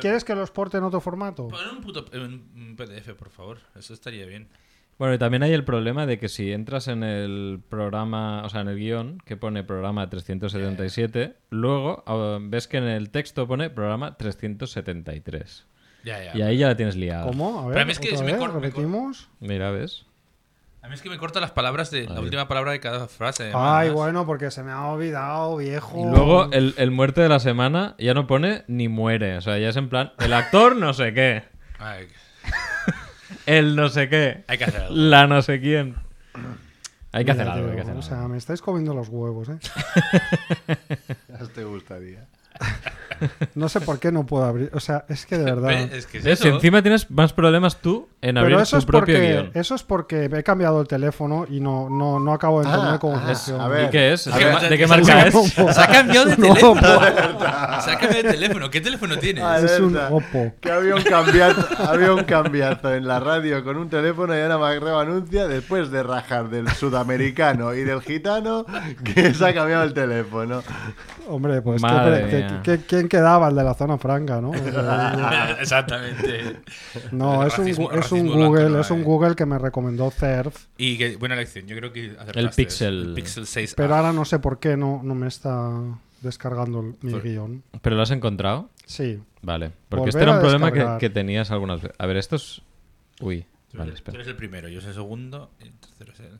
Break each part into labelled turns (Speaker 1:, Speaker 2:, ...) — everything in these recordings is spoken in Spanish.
Speaker 1: ¿Quieres que los porte en otro formato?
Speaker 2: Pon un, puto, un PDF, por favor. Eso estaría bien.
Speaker 3: Bueno, y también hay el problema de que si entras en el programa, o sea, en el guión que pone programa 377, luego ah, ves que en el texto pone programa 373.
Speaker 2: Ya, ya.
Speaker 3: Y ahí ya la tienes liada.
Speaker 1: ¿Cómo? A ver,
Speaker 2: Pero a mí es que
Speaker 1: otra
Speaker 2: se me
Speaker 1: vez,
Speaker 2: cor- me cor-
Speaker 1: repetimos.
Speaker 3: Mira, ¿ves?
Speaker 2: A mí es que me corta las palabras de la
Speaker 3: Ahí.
Speaker 2: última palabra de cada frase.
Speaker 1: Ay,
Speaker 2: además.
Speaker 1: bueno, porque se me ha olvidado, viejo.
Speaker 3: Y luego el, el muerte de la semana ya no pone ni muere. O sea, ya es en plan, el actor no sé qué,
Speaker 2: Ay,
Speaker 3: el no sé qué,
Speaker 2: hay que hacer algo.
Speaker 3: la no sé quién. Hay que
Speaker 1: Ya
Speaker 3: hacer
Speaker 1: te
Speaker 3: algo, hay
Speaker 1: digo,
Speaker 3: que hacer
Speaker 1: O
Speaker 3: algo.
Speaker 1: sea, me estáis comiendo los huevos, ¿eh?
Speaker 4: Ya te gustaría.
Speaker 1: No sé por qué no puedo abrir. O sea, es que de verdad.
Speaker 2: ¿Ves? Es que es
Speaker 3: ¿Ves?
Speaker 2: eso.
Speaker 3: Si encima tienes más problemas tú en abrir
Speaker 1: Pero eso
Speaker 3: tu
Speaker 1: es,
Speaker 3: propio
Speaker 1: porque,
Speaker 3: guión.
Speaker 1: eso es porque he cambiado el teléfono y no, no, no acabo de entender cómo funciona.
Speaker 4: Ah, a ver.
Speaker 3: ¿Y qué es?
Speaker 2: Es
Speaker 3: ¿De
Speaker 2: que
Speaker 3: qué
Speaker 2: me-
Speaker 3: ma-
Speaker 2: ya-
Speaker 3: ¿De qué
Speaker 2: ya se
Speaker 3: marca
Speaker 2: me
Speaker 3: es?
Speaker 1: rompo.
Speaker 2: Se ha cambiado de
Speaker 1: No, pues.
Speaker 2: teléfono.
Speaker 4: puedo.
Speaker 2: Se ha cambiado de teléfono. ¿Qué teléfono tienes?
Speaker 4: Ay,
Speaker 1: Es un
Speaker 4: Alerta.
Speaker 1: Oppo.
Speaker 4: Que había un cambiazo, había un cambiazo en la radio con un teléfono y Ana Magrebo anuncia después de rajar del sudamericano y del gitano que se ha cambiado el teléfono.
Speaker 1: Hombre, pues ¿qué-
Speaker 3: Madre
Speaker 1: qué-
Speaker 3: mía.
Speaker 1: qué- ¿quién quedaba? El de la zona franca, ¿no?
Speaker 2: Exactamente.
Speaker 1: No, es un, gu- es
Speaker 2: Racismo-
Speaker 1: un
Speaker 2: racismo blanco,
Speaker 1: Google,
Speaker 2: no,
Speaker 1: es un
Speaker 2: eh.
Speaker 1: Google que me recomendó CERF,
Speaker 2: Y que, buena elección. Yo creo que acertaste.
Speaker 3: El Pixel.
Speaker 2: El Pixel 6.
Speaker 3: Ah.
Speaker 1: pero ahora no sé por qué no, no me está descargando el- mi
Speaker 2: Por-
Speaker 1: guión.
Speaker 3: ¿Pero lo has encontrado?
Speaker 1: Sí,
Speaker 3: Vale. Porque este
Speaker 1: Volver
Speaker 3: era un
Speaker 1: a
Speaker 3: problema que,
Speaker 1: descargar.
Speaker 3: que tenías algunas veces. A ver, esto es... Uy.
Speaker 2: Tú
Speaker 3: Vale,
Speaker 2: eres, tú
Speaker 3: espera.
Speaker 2: eres el primero, yo soy el segundo. y El tercero es el...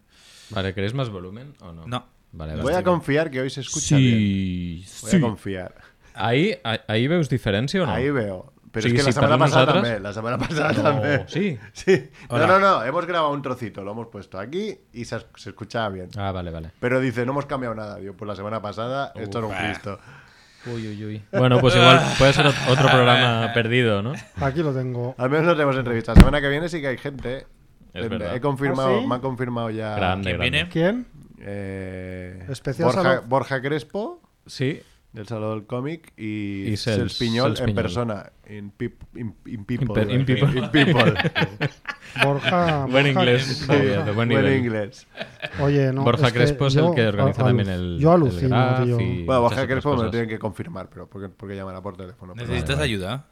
Speaker 3: Vale, ¿queréis más volumen o no?
Speaker 2: No.
Speaker 3: Vale, vale.
Speaker 4: Voy a confiar que hoy se escucha bien.
Speaker 3: Sí.
Speaker 4: Voy
Speaker 3: sí.
Speaker 4: a confiar.
Speaker 3: Ahí, ahí, ahí veus diferencia o no?
Speaker 4: Ahí veo. Pero
Speaker 3: Sí,
Speaker 4: es que la
Speaker 3: sí,
Speaker 4: semana
Speaker 3: perdón,
Speaker 4: pasada
Speaker 3: nosotras.
Speaker 4: también. La semana pasada
Speaker 3: No,
Speaker 4: también.
Speaker 3: sí.
Speaker 4: Sí.
Speaker 2: Hola.
Speaker 4: No, no, no. Hemos grabado un trocito, lo hemos puesto aquí y se, se escuchaba bien.
Speaker 3: Ah, vale, vale.
Speaker 4: Pero dice, no hemos cambiado nada. Digo, pues la semana pasada esto era un
Speaker 2: Ufa.
Speaker 4: Cristo.
Speaker 3: Uy, uy, uy. Bueno, pues igual puede ser ot- otro programa perdido, ¿no?
Speaker 1: aquí lo tengo.
Speaker 4: Al menos no tenemos entrevistas. La semana que viene sí que hay gente. ¿eh?
Speaker 3: Es
Speaker 4: He-
Speaker 3: verdad.
Speaker 4: He confirmado,
Speaker 1: ¿Ah, sí?
Speaker 4: me han confirmado ya.
Speaker 3: Grande,
Speaker 2: ¿Quién
Speaker 3: grande.
Speaker 2: viene?
Speaker 1: ¿Quién?
Speaker 4: Eh,
Speaker 1: Especial
Speaker 4: Borja,
Speaker 1: Salón-
Speaker 4: Borja Crespo,
Speaker 3: Sí.
Speaker 4: del Salón del Cómic, y,
Speaker 3: Y Sels-
Speaker 4: Sels Piñol
Speaker 3: Sels
Speaker 4: en
Speaker 3: Piñol.
Speaker 4: persona. In, peop- in- in people.
Speaker 3: pe- in people.
Speaker 4: In people.
Speaker 1: Borja.
Speaker 3: Buen
Speaker 1: Borja- Borja-
Speaker 3: inglés. Fabián, de buen
Speaker 4: Buen
Speaker 3: nivel.
Speaker 4: inglés.
Speaker 1: Oye, no.
Speaker 3: Borja
Speaker 1: es que
Speaker 3: Crespo es el
Speaker 1: yo
Speaker 3: que organiza
Speaker 1: alu-
Speaker 3: también el.
Speaker 1: Yo
Speaker 3: el
Speaker 1: alucino,
Speaker 3: Graf
Speaker 1: tío.
Speaker 3: y
Speaker 4: Bueno,
Speaker 3: muchas
Speaker 4: Borja
Speaker 3: otras
Speaker 4: Crespo me lo
Speaker 3: cosas.
Speaker 4: tienen que confirmar, pero porque, porque llamará por teléfono. pero
Speaker 2: ¿Necesitas ayuda?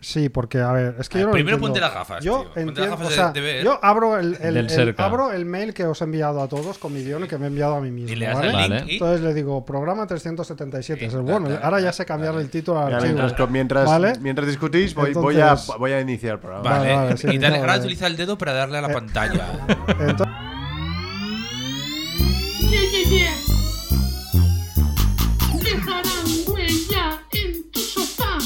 Speaker 1: Sí, porque, a ver, es que
Speaker 2: Ah,
Speaker 1: yo no lo
Speaker 2: primero
Speaker 1: entiendo.
Speaker 2: ponte las gafas,
Speaker 1: Yo
Speaker 2: tío. Ponte las
Speaker 1: entiendo-
Speaker 2: gafas
Speaker 1: o
Speaker 2: de-
Speaker 1: sea,
Speaker 2: de ver.
Speaker 1: Yo abro el, el-
Speaker 3: Del
Speaker 1: el-
Speaker 3: cerca.
Speaker 1: abro el mail que os he enviado a todos con mi guión y que me he enviado a mí mismo.
Speaker 2: Y le das
Speaker 1: ¿vale?
Speaker 2: al link
Speaker 3: Vale.
Speaker 2: y-
Speaker 1: Entonces le digo, programa 377. Es el
Speaker 2: Sí,
Speaker 1: bueno.
Speaker 2: vale,
Speaker 1: Ahora ya
Speaker 2: vale,
Speaker 1: sé cambiarle
Speaker 2: vale.
Speaker 1: el título al
Speaker 4: Ya,
Speaker 1: archivo.
Speaker 4: mientras, mientras,
Speaker 1: Ah, ¿Vale?
Speaker 4: mientras discutís, voy, voy a,
Speaker 1: Entonces-
Speaker 4: voy a iniciar el programa.
Speaker 2: Vale.
Speaker 1: Vale, vale, sí,
Speaker 2: y dale,
Speaker 1: no,
Speaker 2: ahora
Speaker 1: vale. Eh.
Speaker 2: utiliza el dedo para darle a la pantalla.
Speaker 1: Entonces,
Speaker 5: Yeah, yeah, yeah. Dejarán huella en tu sofá.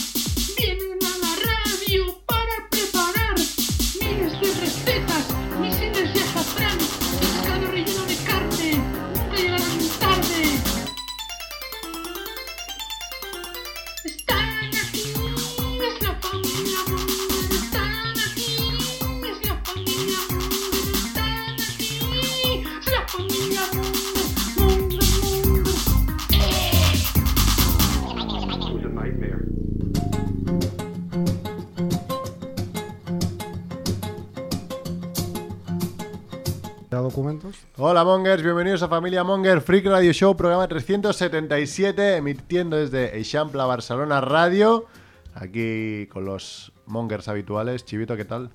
Speaker 5: Vienen a la radio para preparar miles de recetas, misiles de azafrán, pescado relleno de carne. Nunca llegarán tarde. Están aquí, es la familia Munger. Están aquí, es la familia Munger. Están aquí, es la familia Munger. Munger, Munger.
Speaker 1: ¿ya documentos?
Speaker 4: Hola Mongers, bienvenidos a Familia Monger Freak Radio Show, programa 377, emitiendo desde Eixample Barcelona Radio, aquí con los Mongers habituales. Chivito, ¿qué tal?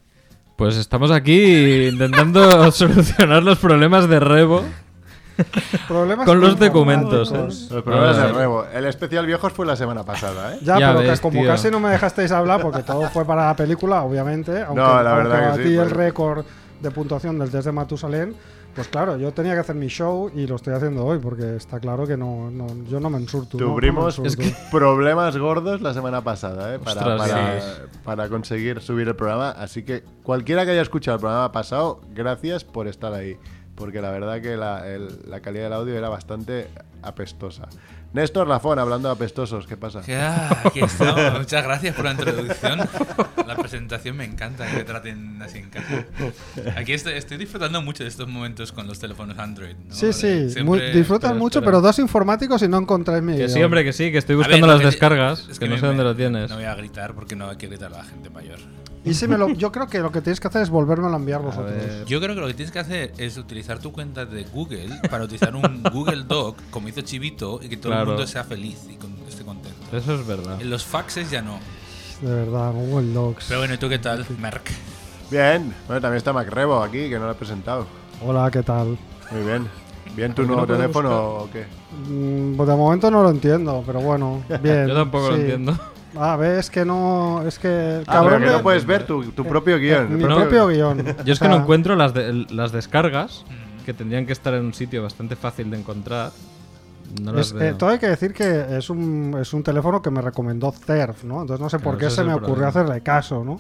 Speaker 3: Pues estamos aquí intentando solucionar los problemas de Rebo.
Speaker 1: Problemas
Speaker 3: Con los documentos,
Speaker 1: informáticos.
Speaker 3: ¿eh?
Speaker 4: Los problemas
Speaker 3: Ah,
Speaker 4: de nuevo. El especial viejos fue la semana pasada, ¿eh?
Speaker 1: Ya,
Speaker 3: Ya
Speaker 1: pero que
Speaker 3: ves,
Speaker 1: como
Speaker 3: tío.
Speaker 1: casi no me dejasteis hablar porque todo fue para la película, obviamente. Aunque,
Speaker 4: No, la
Speaker 1: aunque
Speaker 4: verdad que
Speaker 1: batí
Speaker 4: sí,
Speaker 1: el
Speaker 4: pues.
Speaker 1: récord de puntuación del test de Matusalén, pues claro, yo tenía que hacer mi show y lo estoy haciendo hoy porque está claro que no, no yo no me ensurto. no, no me
Speaker 4: Tuvimos
Speaker 1: ensurto.
Speaker 4: problemas gordos la semana pasada, ¿eh? Para,
Speaker 3: Ostras,
Speaker 4: para-
Speaker 3: sí.
Speaker 4: para conseguir subir el programa. Así que cualquiera que haya escuchado el programa pasado, gracias por estar ahí. Porque la verdad que la, el- la calidad del audio era bastante apestosa. Néstor Lafón, hablando de apestosos, ¿qué pasa?
Speaker 2: Que, ah, aquí estamos. Muchas gracias por la introducción. La presentación me encanta que me traten así en casa. Aquí estoy, estoy disfrutando mucho de estos momentos con los teléfonos Android. ¿no?
Speaker 1: Sí, sí,
Speaker 2: Siempre-
Speaker 1: muy- disfrutan
Speaker 3: Pero
Speaker 1: mucho,
Speaker 3: espera.
Speaker 1: pero dos informáticos y no encontráis mi
Speaker 3: Que
Speaker 1: guión.
Speaker 3: sí, hombre, que sí, que estoy
Speaker 2: A ver,
Speaker 3: buscando
Speaker 2: lo
Speaker 3: las
Speaker 2: que-
Speaker 3: descargas,
Speaker 2: es
Speaker 3: que no
Speaker 2: me-
Speaker 3: sé dónde
Speaker 2: me-
Speaker 3: lo tienes.
Speaker 2: No voy a gritar porque no hay que gritar a la gente mayor.
Speaker 1: Y si me lo, yo creo que lo que tenéis que hacer es volvérmelo a enviar vosotros.
Speaker 2: Yo creo que lo que tienes que hacer es utilizar tu cuenta de Google para utilizar un Google Doc, como hizo Chivito, y que todo
Speaker 3: Claro.
Speaker 2: el mundo sea feliz y con- esté contento.
Speaker 3: Eso es verdad.
Speaker 2: En los faxes ya no.
Speaker 1: De verdad, Google Docs.
Speaker 2: Pero bueno, ¿y tú qué tal, Merck?
Speaker 4: Bien, bueno, también está Macrebo aquí, que no lo he presentado.
Speaker 1: Hola, ¿qué tal?
Speaker 4: Muy bien. ¿Bien tu
Speaker 1: no
Speaker 4: nuevo
Speaker 1: puedes
Speaker 4: teléfono o qué?
Speaker 1: Mm, pues de momento no lo entiendo, pero bueno, bien.
Speaker 3: Yo tampoco lo
Speaker 1: sí.
Speaker 3: entiendo.
Speaker 1: Ah, ves, es que no. Es que. el
Speaker 4: Ah, pero que
Speaker 1: me-
Speaker 4: no puedes ver tu, tu propio guión. el
Speaker 1: eh, Mi
Speaker 4: propio-
Speaker 1: propio guión.
Speaker 3: Yo es
Speaker 1: O
Speaker 3: que no
Speaker 1: sea,
Speaker 3: encuentro las, de- las descargas,
Speaker 2: Mm.
Speaker 3: que tendrían que estar en un sitio bastante fácil de encontrar. No las
Speaker 1: es- eh,
Speaker 3: veo.
Speaker 1: todo hay que decir que es un, es un teléfono que me recomendó CERF, ¿no? Entonces no sé
Speaker 3: Claro,
Speaker 1: por qué
Speaker 3: ese
Speaker 1: se
Speaker 3: es
Speaker 1: me
Speaker 3: el
Speaker 1: ocurrió
Speaker 3: problema.
Speaker 1: hacerle caso, ¿no?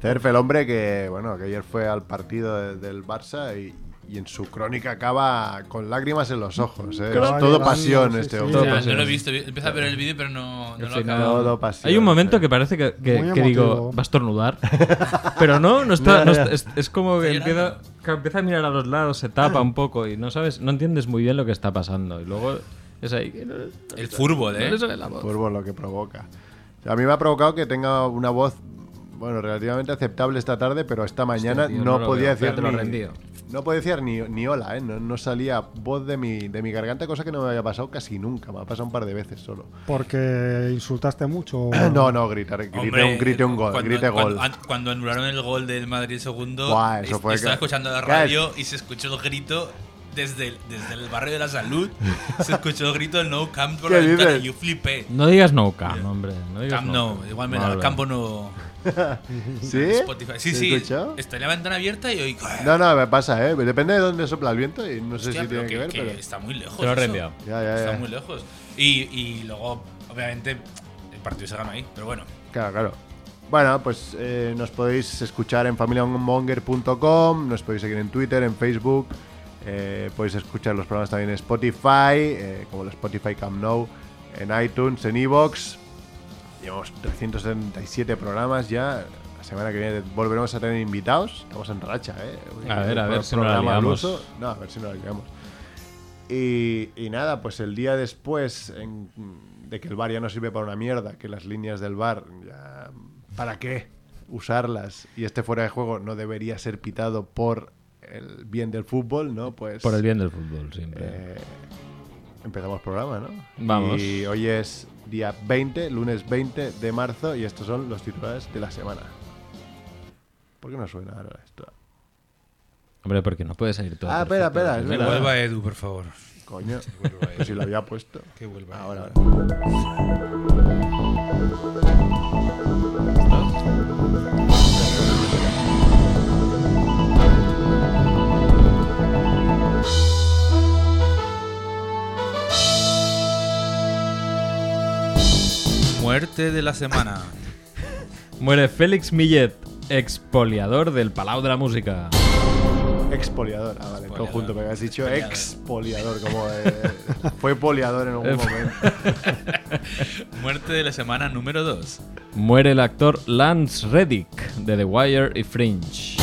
Speaker 4: Cerf, el hombre que, bueno, que ayer fue al partido de- del Barça y, y en su crónica acaba con lágrimas en los ojos. ¿eh? Es
Speaker 1: Claro.
Speaker 4: todo pasión
Speaker 1: Sí,
Speaker 4: este
Speaker 1: sí.
Speaker 4: hombre.
Speaker 3: Todo
Speaker 2: Ya,
Speaker 3: pasión.
Speaker 2: no lo he visto, empiezo a ver el vídeo, pero no, no
Speaker 3: Al
Speaker 2: lo
Speaker 3: Pues final-
Speaker 2: acabo.
Speaker 4: Todo pasión,
Speaker 3: Hay un momento
Speaker 4: sí.
Speaker 3: que parece que, que-
Speaker 1: Muy
Speaker 3: que
Speaker 1: emotivo.
Speaker 3: digo, va a estornudar. Pero no, no está. no
Speaker 4: Ya, ya.
Speaker 3: está- es, es como que
Speaker 2: Está
Speaker 3: empieza,
Speaker 2: llorando.
Speaker 3: que empieza a mirar a los lados, se tapa un poco y no sabes, no entiendes muy bien lo que está pasando. Y luego es ahí. que no- no
Speaker 2: El fútbol, ¿eh?
Speaker 3: le sale la voz.
Speaker 4: Furbo lo que provoca. O sea, a mí me ha provocado que tenga una voz, bueno, relativamente aceptable esta tarde, pero esta mañana
Speaker 3: tío,
Speaker 4: no,
Speaker 3: no lo
Speaker 4: podía
Speaker 3: veo. Ya
Speaker 4: decir
Speaker 3: te lo he
Speaker 4: ni,
Speaker 3: rendido.
Speaker 4: no podía decir ni, ni hola, ¿eh? No, no salía voz de mi, de mi garganta, cosa que no me había pasado casi nunca. Me ha pasado un par de veces solo.
Speaker 1: Porque insultaste mucho.
Speaker 4: No, no, gritar, grité,
Speaker 2: Hombre,
Speaker 4: un, grité un gol,
Speaker 2: cuando,
Speaker 4: grité
Speaker 2: cuando-
Speaker 4: gol.
Speaker 2: an- Cuando anularon el gol del Madrid segundo,
Speaker 4: Buah, eso
Speaker 2: es-
Speaker 4: fue
Speaker 2: estaba
Speaker 4: que-
Speaker 2: escuchando la
Speaker 4: que-
Speaker 2: radio y se escuchó el grito desde el, desde el barrio de la salud. se escuchó el grito del No Camp por
Speaker 4: ¿Qué
Speaker 2: la ventana
Speaker 4: dices?
Speaker 2: y yo flipé.
Speaker 3: No digas no cam, hombre. No digas
Speaker 2: Camp
Speaker 3: no.
Speaker 2: no, igual me da el
Speaker 3: Vale.
Speaker 2: campo no.
Speaker 4: ¿Sí?
Speaker 2: Spotify. Sí,
Speaker 4: ¿Eh? ¿Se
Speaker 2: sí.
Speaker 4: escuchó?
Speaker 2: Está la ventana abierta y oigo.
Speaker 4: No, no, me pasa, ¿eh? Depende de dónde sopla el viento y no sé
Speaker 2: hostia,
Speaker 4: si
Speaker 2: pero
Speaker 4: tiene que ver,
Speaker 2: que
Speaker 4: pero...
Speaker 2: Está muy lejos.
Speaker 3: Te lo he
Speaker 2: eso.
Speaker 3: reenviado.
Speaker 4: Ya, ya,
Speaker 2: Está
Speaker 4: ya.
Speaker 2: muy lejos. Y, y luego, obviamente, el partido se ganó ahí, pero bueno.
Speaker 4: Claro, claro. Bueno, pues eh, nos podéis escuchar en familiamonger.com, nos podéis seguir en Twitter, en Facebook, eh, podéis escuchar los programas también en Spotify, eh, como el Spotify Camp Now, en iTunes, en Evox. Llevamos 377 programas ya. La semana que viene volveremos a tener invitados. Estamos en racha, ¿eh? Uy,
Speaker 3: A ver, a
Speaker 4: pro-
Speaker 3: ver si no la
Speaker 4: programa al
Speaker 3: liamos.
Speaker 4: uso. No, a ver si no la liamos. Y, y nada, pues el día después en- de que el bar ya no sirve para una mierda, que las líneas del bar ya... ¿Para qué usarlas? Y este fuera de juego no debería ser pitado por el bien del fútbol, ¿no? Pues...
Speaker 3: Por el bien del fútbol, siempre.
Speaker 4: eh, empezamos programa, ¿no?
Speaker 3: Vamos.
Speaker 4: Y hoy es día 20, lunes 20 de marzo, y estos son los titulares de la semana. ¿Por qué no suena ahora esto?
Speaker 3: Hombre, porque no puede salir todo.
Speaker 4: Ah, espera,
Speaker 3: perfecto. ¿eh?
Speaker 4: espera, es
Speaker 2: Que
Speaker 4: verdad.
Speaker 2: vuelva Edu, por favor.
Speaker 4: Coño, pero si lo había puesto.
Speaker 2: Que vuelva.
Speaker 4: Ahora, ahora.
Speaker 2: Muerte de la semana.
Speaker 3: Muere Félix Millet, expoliador del Palau de la Música.
Speaker 4: Expoliador. Ah, vale, todo
Speaker 2: Expoliador.
Speaker 4: junto, porque has dicho
Speaker 2: Expoliador.
Speaker 4: expoliador, como eh, fue poliador en algún momento.
Speaker 2: Muerte de la semana número 2.
Speaker 3: Muere el actor Lance Reddick de The Wire y Fringe.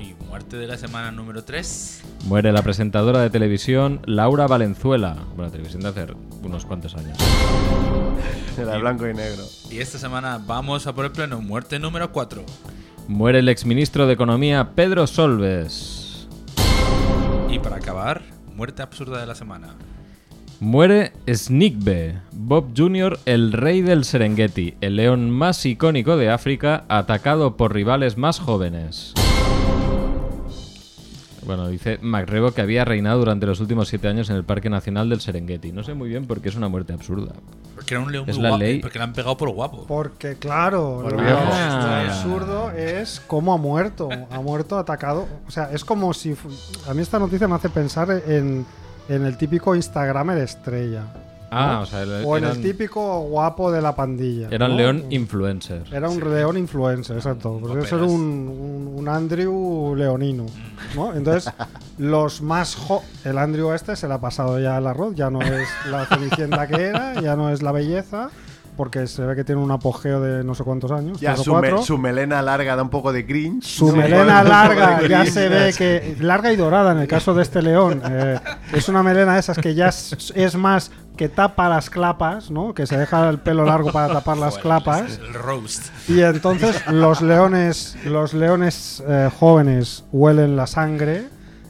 Speaker 2: Y muerte de la semana número 3.
Speaker 3: Muere la presentadora de televisión Laura Valenzuela. Bueno, televisión de hace unos cuantos años.
Speaker 4: Era blanco y negro.
Speaker 2: Y esta semana vamos a por el plano. Muerte número 4.
Speaker 3: Muere el exministro de Economía Pedro Solbes.
Speaker 2: Y para acabar, muerte absurda de la semana.
Speaker 3: Muere Snikbe, Bob Jr., el rey del Serengeti, el león más icónico de África, atacado por rivales más jóvenes. Bueno, dice MacRebo que había reinado durante los últimos siete años en el Parque Nacional del Serengeti. No sé muy bien por qué es una muerte absurda.
Speaker 2: Porque era un león
Speaker 3: Es
Speaker 2: muy
Speaker 3: la
Speaker 2: guapo.
Speaker 3: ley.
Speaker 2: Porque le han pegado por guapo.
Speaker 1: Porque, claro,
Speaker 4: Por
Speaker 1: lo
Speaker 4: viejo.
Speaker 1: más
Speaker 3: Ah.
Speaker 1: absurdo es cómo ha muerto. Ha muerto atacado. O sea, es como si. fu- A mí esta noticia me hace pensar en, en el típico Instagramer estrella.
Speaker 3: Ah, o sea, el-
Speaker 1: O en el
Speaker 3: eran-
Speaker 1: típico guapo de la pandilla.
Speaker 3: Era un
Speaker 1: ¿no?
Speaker 3: león influencer.
Speaker 1: Era un león influencer, exacto. Pues debe ser
Speaker 2: Operas.
Speaker 1: un, un- un Andrew leonino. ¿no? Entonces, los más jo El Andrew este se le ha pasado ya el arroz, ya no es la cenicienta que era, ya no es la belleza, porque se ve que tiene un apogeo de no sé cuántos años.
Speaker 4: Ya
Speaker 1: tres o
Speaker 4: su, me-
Speaker 1: cuatro.
Speaker 4: su melena larga da un poco de cringe.
Speaker 1: Su
Speaker 4: ¿no?
Speaker 1: melena
Speaker 4: Un poco
Speaker 1: larga
Speaker 4: de
Speaker 1: ya
Speaker 4: cringe.
Speaker 1: se ve que. Larga y dorada en el caso de este león. eh, es una melena de esas que ya es, es más que tapa las clapas, ¿no? Que se deja el pelo largo para tapar las
Speaker 2: Joder,
Speaker 1: clapas.
Speaker 2: es El roast.
Speaker 1: Y entonces los leones, los leones eh, jóvenes huelen la sangre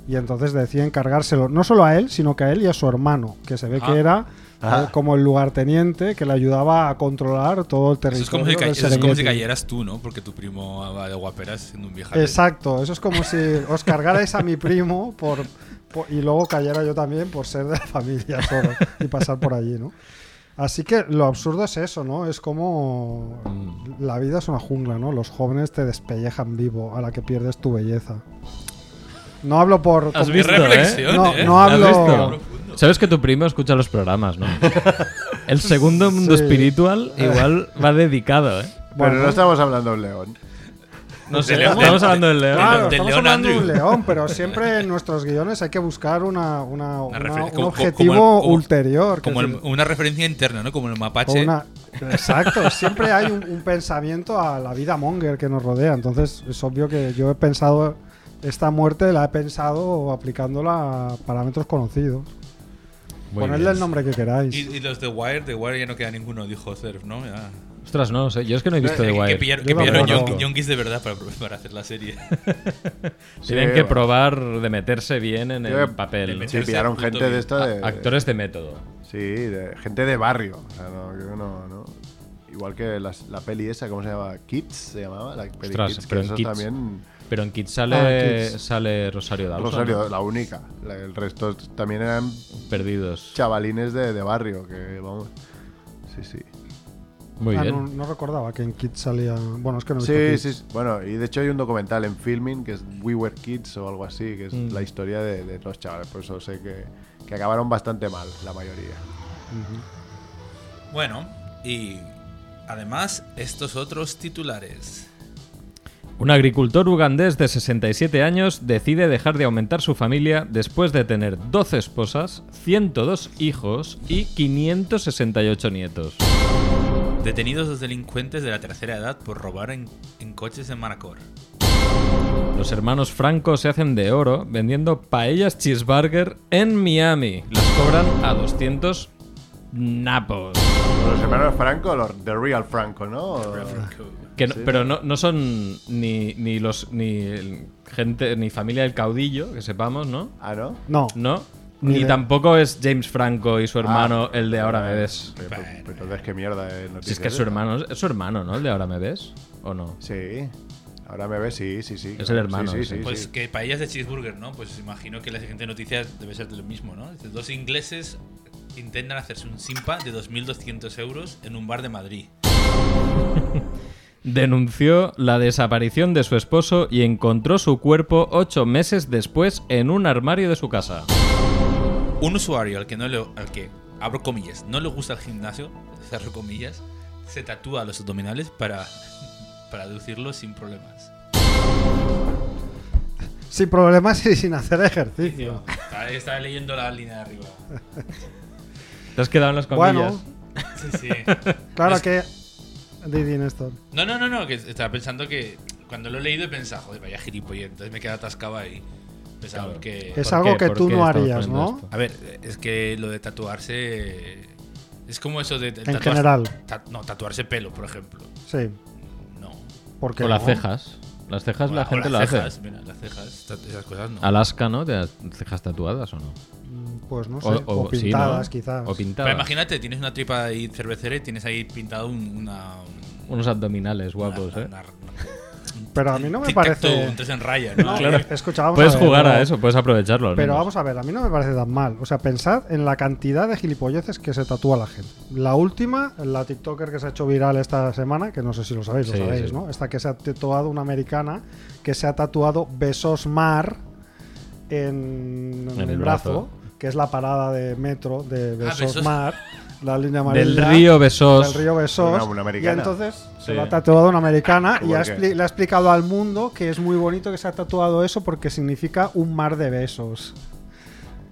Speaker 1: y entonces deciden cargárselo, no solo a él, sino que a él y a su hermano, que se ve
Speaker 2: Ah.
Speaker 1: que era
Speaker 4: Ah.
Speaker 1: eh, como el lugarteniente que le ayudaba a controlar todo el territorio.
Speaker 2: Eso es como si, ca-
Speaker 1: del
Speaker 2: eso es como si
Speaker 1: Serengeti.
Speaker 2: cayeras tú, ¿no? Porque tu primo va de guaperas siendo un viejo.
Speaker 1: Exacto, eso es como si os cargarais a mi primo por, por- y luego cayera yo también por ser de la familia solo y pasar por allí, ¿no? Así que lo absurdo es eso, ¿no? Es como la vida es una jungla, ¿no? Los jóvenes te despellejan vivo a la que pierdes tu belleza. No hablo por
Speaker 3: ¿Has
Speaker 1: como-
Speaker 3: visto, eh?
Speaker 2: reflexión,
Speaker 1: No,
Speaker 2: ¿eh?
Speaker 1: no
Speaker 3: ¿Has
Speaker 1: hablo-
Speaker 3: visto?
Speaker 1: Hablo
Speaker 3: Sabes que tu primo escucha los programas, ¿no? El segundo mundo
Speaker 1: Sí.
Speaker 3: espiritual igual va dedicado, ¿eh?
Speaker 1: bueno,
Speaker 4: Pero no estamos hablando de un león.
Speaker 3: No sé,
Speaker 2: león,
Speaker 3: estamos
Speaker 2: de-
Speaker 3: hablando del
Speaker 2: eh,
Speaker 3: león.
Speaker 2: de-
Speaker 1: Claro,
Speaker 2: del
Speaker 1: estamos
Speaker 2: León
Speaker 1: hablando de un
Speaker 2: Andrew.
Speaker 1: león, pero siempre en nuestros guiones hay que buscar una, una-
Speaker 2: Una
Speaker 1: una-
Speaker 2: refer-
Speaker 1: un
Speaker 2: como- como- como el-
Speaker 1: objetivo
Speaker 2: como-
Speaker 1: ulterior. que
Speaker 2: Como
Speaker 1: es
Speaker 2: el-
Speaker 1: el-
Speaker 2: una referencia interna, ¿no? Como el
Speaker 1: Con
Speaker 2: mapache.
Speaker 1: una- exacto, siempre hay un, un pensamiento a la vida monger que nos rodea. Entonces es obvio que yo he pensado, esta muerte la he pensado aplicándola a parámetros conocidos.
Speaker 3: Muy
Speaker 1: Ponedle
Speaker 3: bien.
Speaker 1: el nombre que queráis.
Speaker 2: Y, y los de Wire, de Wire ya no queda ninguno, dijo Cerf, ¿no? Ya.
Speaker 3: Ostras, no, sé, yo es que no he visto The
Speaker 2: Eh, Que- Que,
Speaker 3: Wire.
Speaker 1: Yo
Speaker 2: pillaron, que pillaron
Speaker 1: tampoco.
Speaker 2: yon- yonkis de verdad para, para hacer la serie.
Speaker 3: Tienen
Speaker 4: Sí,
Speaker 3: que
Speaker 4: va.
Speaker 3: probar de meterse bien en
Speaker 4: Tiene
Speaker 3: el
Speaker 4: que-
Speaker 3: papel. ¿no?
Speaker 4: Sí,
Speaker 2: Ese
Speaker 4: pillaron
Speaker 2: puto
Speaker 4: gente de
Speaker 2: bien.
Speaker 4: esta de.
Speaker 3: Actores de método.
Speaker 4: Sí, de, gente de barrio. O sea, no, yo no- no. Igual que las- la peli esa, ¿cómo se llamaba? Kids se llamaba. La peli
Speaker 3: Ostras,
Speaker 4: Kids, que
Speaker 3: pero en
Speaker 4: eso
Speaker 3: Kids.
Speaker 4: también.
Speaker 3: Pero en Kids sale,
Speaker 1: Ah, Kids.
Speaker 3: sale Rosario Dawson.
Speaker 4: Rosario,
Speaker 3: ¿no?
Speaker 4: la única. La- el resto también eran
Speaker 3: Perdidos.
Speaker 4: chavalines de, de barrio. Que vamos. Sí, sí.
Speaker 3: Muy
Speaker 1: Ah,
Speaker 3: bien.
Speaker 1: no, no recordaba que en Kids salía. Bueno, es que no he visto
Speaker 4: Sí,
Speaker 1: Kids.
Speaker 4: sí, sí. Bueno, y de hecho hay un documental en filming que es We Were Kids o algo así, que es
Speaker 3: Mm.
Speaker 4: la historia de, de los chavales. Por eso sé que, que acabaron bastante mal, la mayoría.
Speaker 2: bueno, y además, estos otros titulares.
Speaker 3: Un agricultor ugandés de 67 años decide dejar de aumentar su familia después de tener 12 esposas, 102 hijos y 568 nietos.
Speaker 2: Detenidos dos delincuentes de la tercera edad por robar en, en coches en Manacor.
Speaker 3: Los hermanos Franco se hacen de oro vendiendo paellas cheeseburger en Miami. Las cobran a 200 napos.
Speaker 4: Los hermanos Franco, los The Real Franco, ¿no?
Speaker 3: Que no- pero no, no son ni, ni los ni el- gente ni familia del caudillo, que sepamos, ¿no?
Speaker 4: Ah, ¿no?
Speaker 1: No.
Speaker 3: No.
Speaker 1: Ni
Speaker 3: Ni
Speaker 1: de-
Speaker 3: tampoco es James Franco y su hermano
Speaker 4: Ah,
Speaker 3: el de ahora me
Speaker 4: eh,
Speaker 3: ves.
Speaker 4: pero- pero Entonces, ¿qué mierda de noticias
Speaker 3: Si es que es su
Speaker 4: esa?
Speaker 3: hermano, es su hermano, ¿no? El de ahora me ves o no.
Speaker 4: Sí. Ahora me ves, sí, sí, sí.
Speaker 3: Es
Speaker 4: claro.
Speaker 3: el hermano,
Speaker 4: Sí, sí,
Speaker 3: sí.
Speaker 4: sí,
Speaker 2: Pues
Speaker 4: sí.
Speaker 2: que paellas de cheeseburger, ¿no? Pues imagino que la siguiente noticia debe ser de lo mismo, ¿no? Dice, Dos ingleses intentan hacerse un simpa de 2.200 euros en un bar de Madrid.
Speaker 3: Denunció la desaparición de su esposo y encontró su cuerpo ocho meses después en un armario de su casa.
Speaker 2: Un usuario al que no le, al que abro comillas, no le gusta el gimnasio, cerro comillas, se tatúa los abdominales para para aducirlo sin problemas.
Speaker 1: Sin problemas y sin hacer ejercicio.
Speaker 2: Estaba, estaba leyendo la línea de arriba.
Speaker 3: Te has quedado en las
Speaker 1: Bueno.
Speaker 3: comillas.
Speaker 2: Sí, sí.
Speaker 1: Claro
Speaker 2: Es-
Speaker 1: que. Didi Néstor.
Speaker 2: No, no, no, no, que estaba pensando que cuando lo he leído he pensado, joder, vaya gilipollez, entonces me quedé atascado ahí. Pensaba
Speaker 3: Claro.
Speaker 2: que
Speaker 1: Es
Speaker 3: ¿Por
Speaker 1: algo
Speaker 3: qué?
Speaker 1: que
Speaker 3: ¿Por
Speaker 1: tú
Speaker 3: qué
Speaker 1: no
Speaker 3: estamos
Speaker 1: harías,
Speaker 3: poniendo
Speaker 1: ¿no?
Speaker 3: esto?
Speaker 2: A ver, es que lo de tatuarse. Es como eso de. En
Speaker 1: general.
Speaker 2: no, tatuarse pelo, por ejemplo.
Speaker 1: Sí.
Speaker 2: No.
Speaker 1: Porque.
Speaker 3: O las cejas. Las cejas
Speaker 2: O-
Speaker 3: la
Speaker 2: o
Speaker 3: gente
Speaker 2: las
Speaker 3: las
Speaker 2: cejas,
Speaker 3: hace.
Speaker 2: mira, las cejas, ta- esas cosas no.
Speaker 3: Alaska, ¿no? ¿Te das cejas tatuadas o no?
Speaker 1: Pues no sé.
Speaker 3: O-
Speaker 1: O,
Speaker 3: o- sí, ¿no?
Speaker 1: pintadas, quizás.
Speaker 3: O
Speaker 2: Pero
Speaker 3: pintadas.
Speaker 2: imagínate, tienes una tripa ahí cervecera y tienes ahí pintado un- una. un-
Speaker 3: Unos abdominales
Speaker 2: una-
Speaker 3: guapos, ¿eh?
Speaker 2: una- una-
Speaker 1: Pero a mí no me
Speaker 2: tic-tac-toe,
Speaker 1: parece.
Speaker 2: Un tres en raya, ¿no?
Speaker 1: Escucha, vamos
Speaker 3: Puedes
Speaker 1: a ver,
Speaker 3: jugar a
Speaker 1: pero-
Speaker 3: eso, puedes aprovecharlo. al
Speaker 1: Pero
Speaker 3: menos.
Speaker 1: vamos a ver, a mí no me parece tan mal. O sea, pensad en la cantidad de gilipolleces que se tatúa la gente. La última, la TikToker que se ha hecho viral esta semana, que no sé si lo sabéis,
Speaker 3: Sí,
Speaker 1: lo sabéis,
Speaker 3: sí.
Speaker 1: ¿no? Esta que se ha tatuado una americana que se ha tatuado Besos Mar en, en
Speaker 3: En
Speaker 1: el,
Speaker 3: el
Speaker 1: brazo,
Speaker 3: brazo.
Speaker 1: que es la parada de metro de Besos,
Speaker 2: Besos.
Speaker 1: Mar, la línea
Speaker 3: Del
Speaker 1: amarilla.
Speaker 3: río Besos.
Speaker 1: Del río Besos.
Speaker 4: Una-
Speaker 1: y
Speaker 4: una americana.
Speaker 1: entonces se
Speaker 3: Sí.
Speaker 1: lo ha tatuado una americana y
Speaker 4: ¿Por
Speaker 1: ha
Speaker 4: qué?
Speaker 1: expli- le ha explicado al mundo que es muy bonito que se ha tatuado eso porque significa un mar de besos.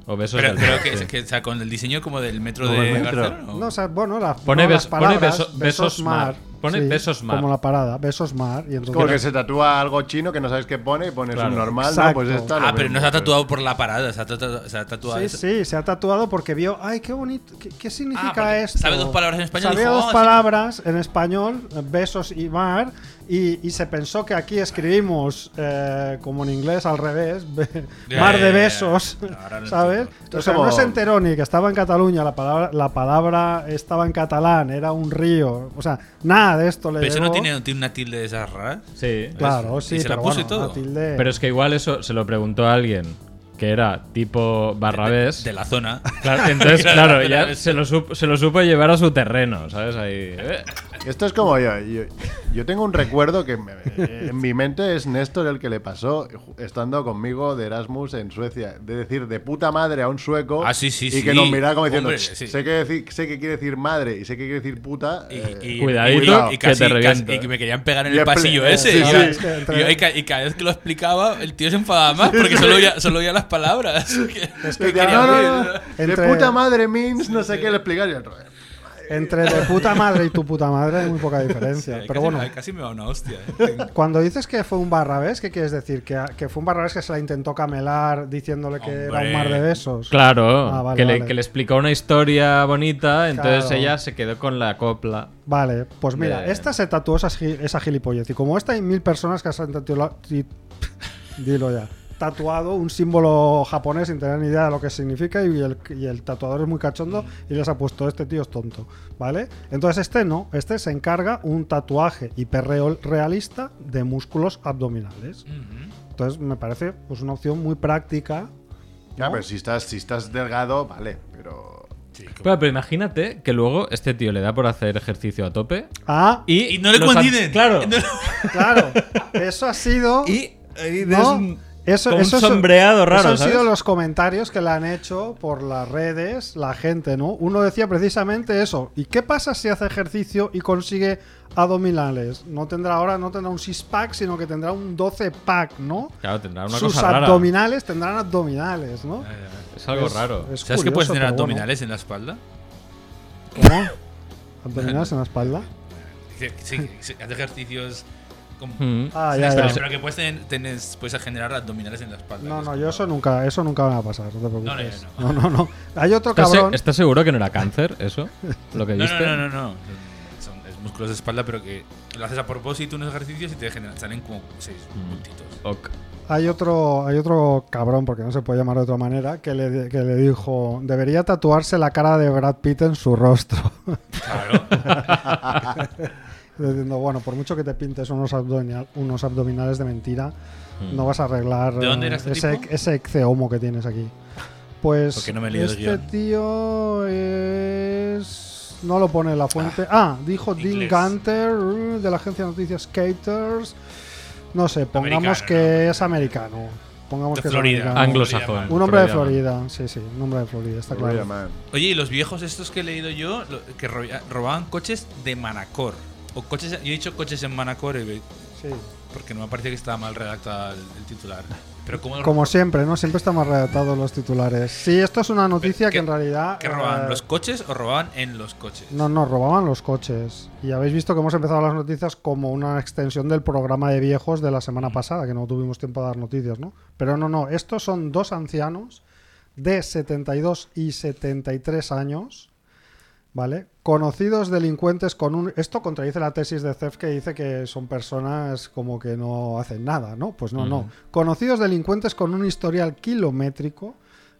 Speaker 3: O Besos
Speaker 2: Pero
Speaker 3: del
Speaker 2: creo
Speaker 3: Mar,
Speaker 2: que,
Speaker 3: sí. pues
Speaker 2: que, o sea, con el diseño como del metro
Speaker 4: Como
Speaker 2: de
Speaker 4: el metro.
Speaker 2: Barcelona. ¿o?
Speaker 1: No, o sea, bueno, la,
Speaker 3: Pone
Speaker 1: no, las
Speaker 3: beso- pone
Speaker 1: palabras,
Speaker 3: beso- besos mar. Pone besos mar.
Speaker 1: Como la parada, besos mar. Y entonces,
Speaker 4: Como que se tatúa algo chino que no sabes qué pone y pones
Speaker 3: Claro.
Speaker 4: un normal,
Speaker 1: Exacto.
Speaker 4: ¿no? Pues está lo
Speaker 2: ah, pero
Speaker 4: mismo,
Speaker 2: no se ha tatuado por la parada, se ha tatuado. Se ha tatuado
Speaker 1: Sí, sí, se ha tatuado porque vio, ay, qué bonito, ¿qué, qué significa
Speaker 2: Ah, porque
Speaker 1: esto?
Speaker 2: sabe dos palabras en español y "Oh,
Speaker 1: Sabía
Speaker 2: dijo,
Speaker 1: dos
Speaker 2: "Oh, sí".
Speaker 1: palabras en español, besos y mar, y Y, y se pensó que aquí escribimos, eh, como en inglés, al revés, be-
Speaker 2: Ya,
Speaker 1: mar
Speaker 2: ya,
Speaker 1: de
Speaker 2: ya, ya.
Speaker 1: besos,
Speaker 2: Ahora lo
Speaker 1: ¿sabes?
Speaker 2: entiendo.
Speaker 4: Esto
Speaker 1: O
Speaker 4: es
Speaker 1: sea,
Speaker 4: como-
Speaker 1: no se enteró ni que estaba en Cataluña, la palabra, la palabra estaba en catalán, era un río. O sea, nada de esto le
Speaker 2: Pero eso no
Speaker 1: llegó.
Speaker 2: tiene, tiene una tilde de esas raras.
Speaker 3: Sí.
Speaker 1: Claro,
Speaker 2: Eso.
Speaker 1: sí,
Speaker 2: Y se la
Speaker 1: pero
Speaker 2: puso y
Speaker 1: bueno,
Speaker 2: todo.
Speaker 1: a tilde-
Speaker 3: Pero es que igual eso se lo preguntó a alguien que era tipo barrabés.
Speaker 2: De la zona.
Speaker 3: Claro, entonces,
Speaker 2: Era
Speaker 3: claro,
Speaker 2: la
Speaker 3: ya
Speaker 2: vez.
Speaker 3: se lo, supo, se lo supo llevar a su terreno, ¿sabes? Ahí. eh.
Speaker 4: Esto es como yo. Yo, yo tengo un recuerdo que me- en mi mente es Néstor el que le pasó ju- estando conmigo de Erasmus en Suecia. De decir de puta madre a un sueco
Speaker 2: Ah, sí, sí,
Speaker 4: y
Speaker 2: sí.
Speaker 4: que nos miraba como diciendo,
Speaker 2: Hombre,
Speaker 4: "Ch,
Speaker 2: sí.
Speaker 4: sé, que decir- sé que quiere decir madre y sé que quiere decir puta.
Speaker 2: Y,
Speaker 4: eh,
Speaker 2: y-
Speaker 3: Cuidadito,
Speaker 2: y- y
Speaker 3: que
Speaker 2: casi-
Speaker 3: te
Speaker 2: casi-
Speaker 3: reviento.
Speaker 2: y que me querían pegar en
Speaker 4: Y
Speaker 2: el
Speaker 4: es ple-
Speaker 2: pasillo
Speaker 4: eh,
Speaker 2: ese.
Speaker 4: sí,
Speaker 2: y yo-
Speaker 1: sí.
Speaker 2: y yo- y ca- y cada vez que lo explicaba, el tío se enfadaba más porque solo oía, solo oía las palabras.
Speaker 1: Es
Speaker 4: decía,
Speaker 1: que claro,
Speaker 4: no, no, no,
Speaker 1: Entre-
Speaker 4: de puta madre means no sé qué le explicar. Y el rollo.
Speaker 1: Entre de puta madre y tu puta madre hay muy poca diferencia.
Speaker 2: Sí,
Speaker 1: pero
Speaker 2: Eh, casi-
Speaker 1: bueno,
Speaker 2: ay, Casi me va una hostia. eh.
Speaker 1: cuando dices que fue un barrabés, ¿qué quieres decir? ¿Que, que fue un barrabés que se la intentó camelar diciéndole que era un
Speaker 2: Hombre.
Speaker 1: mar de besos?
Speaker 3: Claro,
Speaker 1: Ah, vale,
Speaker 3: que, le,
Speaker 1: vale.
Speaker 3: que le explicó una historia bonita, entonces
Speaker 1: Claro.
Speaker 3: ella se quedó con la copla.
Speaker 1: Vale, pues mira,
Speaker 3: Bien.
Speaker 1: esta se tatuó esa, gi- esa gilipollez. Y como esta hay mil personas que se han tatuado. Dilo ya. Tatuado un símbolo japonés sin tener ni idea de lo que significa. Y el, y el tatuador es muy cachondo y les ha puesto: Este tío es tonto. ¿Vale? Entonces, este no. Este se encarga un tatuaje hiperrealista de músculos abdominales. Entonces, me parece pues, una opción muy práctica.
Speaker 4: Ya, pero si estás, si estás delgado, vale, pero.
Speaker 3: Pero, pero imagínate que luego este tío le da por hacer ejercicio a tope
Speaker 1: Ah,
Speaker 3: y,
Speaker 2: Y no le
Speaker 3: los an-
Speaker 2: coinciden.
Speaker 3: Claro.
Speaker 2: No-
Speaker 1: claro. Eso ha sido.
Speaker 3: Y, y
Speaker 1: ¿no?
Speaker 3: des-
Speaker 1: eso,
Speaker 3: con
Speaker 1: eso
Speaker 3: un
Speaker 1: son-
Speaker 3: sombreado raro,
Speaker 1: eso han
Speaker 3: ¿sabes?
Speaker 1: sido los comentarios que le han hecho por las redes la gente, ¿no? Uno decía precisamente eso. ¿Y qué pasa si hace ejercicio y consigue abdominales? No tendrá ahora, no tendrá un six pack, sino que tendrá un 12 pack, ¿no?
Speaker 3: Claro, tendrá una
Speaker 1: Sus
Speaker 3: cosa rara.
Speaker 1: abdominales tendrán abdominales, ¿no?
Speaker 3: Es algo
Speaker 1: Es-
Speaker 3: raro.
Speaker 1: Eh, es
Speaker 2: ¿Sabes que puedes
Speaker 1: curioso,
Speaker 2: tener
Speaker 1: pero bueno.
Speaker 2: abdominales en la espalda?
Speaker 1: ¿Cómo? ¿Abdominales en la espalda?
Speaker 2: Sí, sí, sí, haz ejercicios como.
Speaker 3: Mm.
Speaker 1: Ah,
Speaker 2: Sí,
Speaker 1: ya,
Speaker 2: pero,
Speaker 1: ya.
Speaker 2: pero que puedes, tener- tener- puedes generar abdominales en la espalda.
Speaker 1: No,
Speaker 2: Es
Speaker 1: no,
Speaker 2: como-
Speaker 1: yo eso nunca, eso nunca me va a pasar, no te preocupes.
Speaker 2: No,
Speaker 1: No, no, no. Hay otro
Speaker 3: ¿Estás, se-
Speaker 1: cabrón.
Speaker 3: estás seguro que no era cáncer eso? Lo que
Speaker 2: No,
Speaker 3: viste.
Speaker 2: no, no, no, no. Son, son- es músculos de espalda, pero que lo haces a propósito unos ejercicios y te generan, salen como seis
Speaker 1: Mm.
Speaker 2: puntitos.
Speaker 3: Ok.
Speaker 1: Hay otro, hay otro cabrón, porque no se puede llamar de otra manera, que le, que le dijo, debería tatuarse la cara de Brad Pitt en su rostro.
Speaker 2: Claro.
Speaker 1: Diciendo, bueno, por mucho que te pintes unos, abdominal- unos abdominales de mentira, no vas a arreglar
Speaker 2: Mm. ¿De dónde era
Speaker 1: eh,
Speaker 2: este
Speaker 1: ese,
Speaker 2: tipo?
Speaker 1: ese exceomo que tienes aquí. Pues
Speaker 2: Porque no me he leído el
Speaker 1: este
Speaker 2: guión.
Speaker 1: tío es... No lo pone en la fuente. Ah, dijo Dean
Speaker 2: inglés.
Speaker 1: Gunter uh, de la agencia de noticias Skaters. No sé, pongamos
Speaker 2: Americano,
Speaker 1: que
Speaker 2: ¿no?
Speaker 1: es americano. Pongamos
Speaker 2: De
Speaker 1: que es
Speaker 2: Florida.
Speaker 1: americano.
Speaker 3: Anglosajón.
Speaker 1: Ah, Un hombre de
Speaker 3: Florida,
Speaker 1: Florida, sí, sí, un hombre de Florida, está
Speaker 4: Lo voy a
Speaker 1: claro.
Speaker 4: llamar.
Speaker 2: Oye, y los viejos estos que he leído yo, lo- que roba- robaban coches de Manacor. O coches, yo he dicho coches en Manacor eh,
Speaker 1: Sí.
Speaker 2: porque no me parece que estaba mal redactado el, el titular. Pero como
Speaker 1: Como siempre, ¿no? Siempre estamos redactados los titulares. Sí, esto es una noticia que,
Speaker 2: ¿Qué-
Speaker 1: en realidad.
Speaker 2: que robaban
Speaker 1: eh,
Speaker 2: los coches o robaban en los coches.
Speaker 1: No, no, robaban los coches. Y habéis visto que hemos empezado las noticias como una extensión del programa de viejos de la semana
Speaker 2: Mm.
Speaker 1: pasada, que no tuvimos tiempo de dar noticias, ¿no? Pero no, no, estos son dos ancianos de 72 y 73 años, ¿vale? Conocidos delincuentes con un... Esto contradice la tesis de CEF que dice que son personas como que no hacen nada, ¿no? Pues no, no. Conocidos delincuentes con un historial kilométrico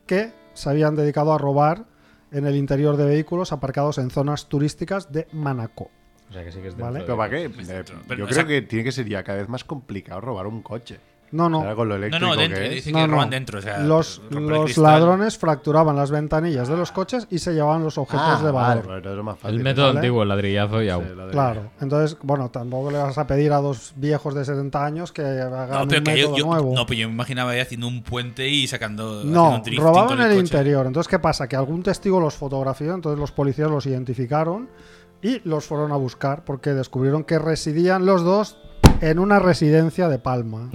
Speaker 1: que se habían dedicado a robar en el interior de vehículos aparcados en zonas turísticas de Manacó.
Speaker 3: O sea que sí que es
Speaker 1: Vale.
Speaker 3: dentro
Speaker 4: ¿Pero
Speaker 3: de-
Speaker 4: para qué? Eh,
Speaker 2: Pero,
Speaker 4: yo
Speaker 2: o
Speaker 4: creo
Speaker 2: sea-
Speaker 4: que tiene que ser ya cada vez más complicado robar un coche.
Speaker 1: No, no.
Speaker 4: Ahora con lo
Speaker 2: No,
Speaker 4: eléctrico
Speaker 2: no, dentro.
Speaker 4: que es.
Speaker 2: Dicen
Speaker 1: No,
Speaker 2: que
Speaker 1: no.
Speaker 2: roban dentro. O sea,
Speaker 1: los
Speaker 2: romper el
Speaker 1: los
Speaker 2: cristal.
Speaker 1: ladrones fracturaban las ventanillas de los coches y se llevaban los objetos
Speaker 4: Ah,
Speaker 1: de
Speaker 4: vale,
Speaker 1: valor.
Speaker 4: pero entonces es más
Speaker 3: El
Speaker 4: fácil.
Speaker 3: método
Speaker 1: ¿vale?
Speaker 3: antiguo, el ladrillazo y au.
Speaker 4: Sí, lo de-
Speaker 1: Claro, entonces, bueno, tampoco le vas a pedir a dos viejos de 70 años que hagan
Speaker 2: No,
Speaker 1: un
Speaker 2: pero que yo,
Speaker 1: método
Speaker 2: yo-
Speaker 1: nuevo.
Speaker 2: no, pero yo me imaginaba ya haciendo un puente y sacando. haciendo
Speaker 1: No,
Speaker 2: un drifting
Speaker 1: robaban
Speaker 2: con
Speaker 1: el,
Speaker 2: coche.
Speaker 1: interior. Entonces, ¿qué pasa? Que algún testigo los fotografió, entonces los policías los identificaron y los fueron a buscar porque descubrieron que residían los dos en una residencia de Palma.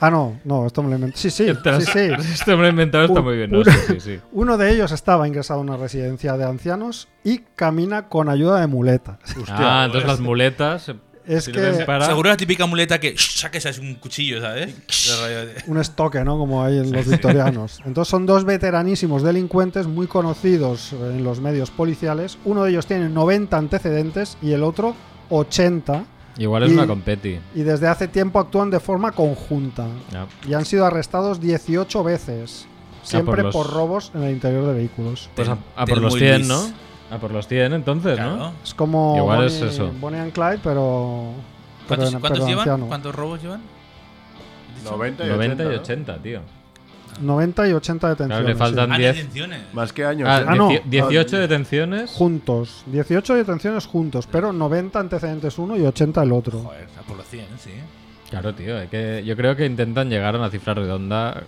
Speaker 1: ah, no, no, esto me lo inventé. Sí, sí, sí,
Speaker 3: Tras-
Speaker 1: sí.
Speaker 3: Este hombre inventado está
Speaker 1: Un-
Speaker 3: muy bien, ¿no?
Speaker 1: una-
Speaker 3: Sí, sí, sí.
Speaker 1: Uno de ellos estaba ingresado a una residencia de ancianos y camina con ayuda de muletas.
Speaker 3: ah, entonces las muletas
Speaker 1: pues
Speaker 3: eh,
Speaker 1: Es
Speaker 3: sirven
Speaker 1: que-
Speaker 3: para...
Speaker 2: Seguro la típica muleta que "Shh, saques así un cuchillo, ¿sabes? De rollo de-
Speaker 1: Un estoque, ¿no? Como hay en los victorianos. Entonces son dos veteranísimos delincuentes muy conocidos eh, en los medios policiales. Uno de ellos tiene 90 antecedentes y el otro 80.
Speaker 3: Igual es
Speaker 1: Y-
Speaker 3: una competi.
Speaker 1: y desde hace tiempo actúan de forma conjunta
Speaker 3: Ya.
Speaker 1: y han sido arrestados 18 veces, siempre
Speaker 3: Ah, los-
Speaker 1: por robos en el interior de vehículos.
Speaker 3: Pues a,
Speaker 2: Del-
Speaker 3: a
Speaker 2: del
Speaker 3: por los
Speaker 2: muy
Speaker 3: 100,
Speaker 2: Luis.
Speaker 3: ¿no? A por los 100 entonces,
Speaker 2: Claro.
Speaker 3: ¿no?
Speaker 1: Es como
Speaker 3: Igual
Speaker 1: Bonnie,
Speaker 3: es eso.
Speaker 1: Bonnie and Clyde, pero...
Speaker 2: ¿Cuántos,
Speaker 1: pero-
Speaker 2: cuántos
Speaker 1: pero
Speaker 2: llevan?
Speaker 1: anciano.
Speaker 2: ¿Cuántos robos llevan?
Speaker 4: 90 y 80.
Speaker 3: 90 y
Speaker 4: ¿no?
Speaker 3: 80, tío.
Speaker 1: 90 y 80 detenciones.
Speaker 3: Claro, le faltan
Speaker 2: Ah,
Speaker 3: 10.
Speaker 2: detenciones.
Speaker 4: Más que años.
Speaker 3: Ah,
Speaker 4: ¿eh?
Speaker 1: Ah, no.
Speaker 3: dieci- 18 detenciones.
Speaker 1: sí. Juntos. 18 detenciones juntos, pero 90 antecedentes uno y 80 el otro.
Speaker 2: Joder, a por los 100, sí.
Speaker 3: Claro, tío. es que yo creo que intentan llegar a una cifra redonda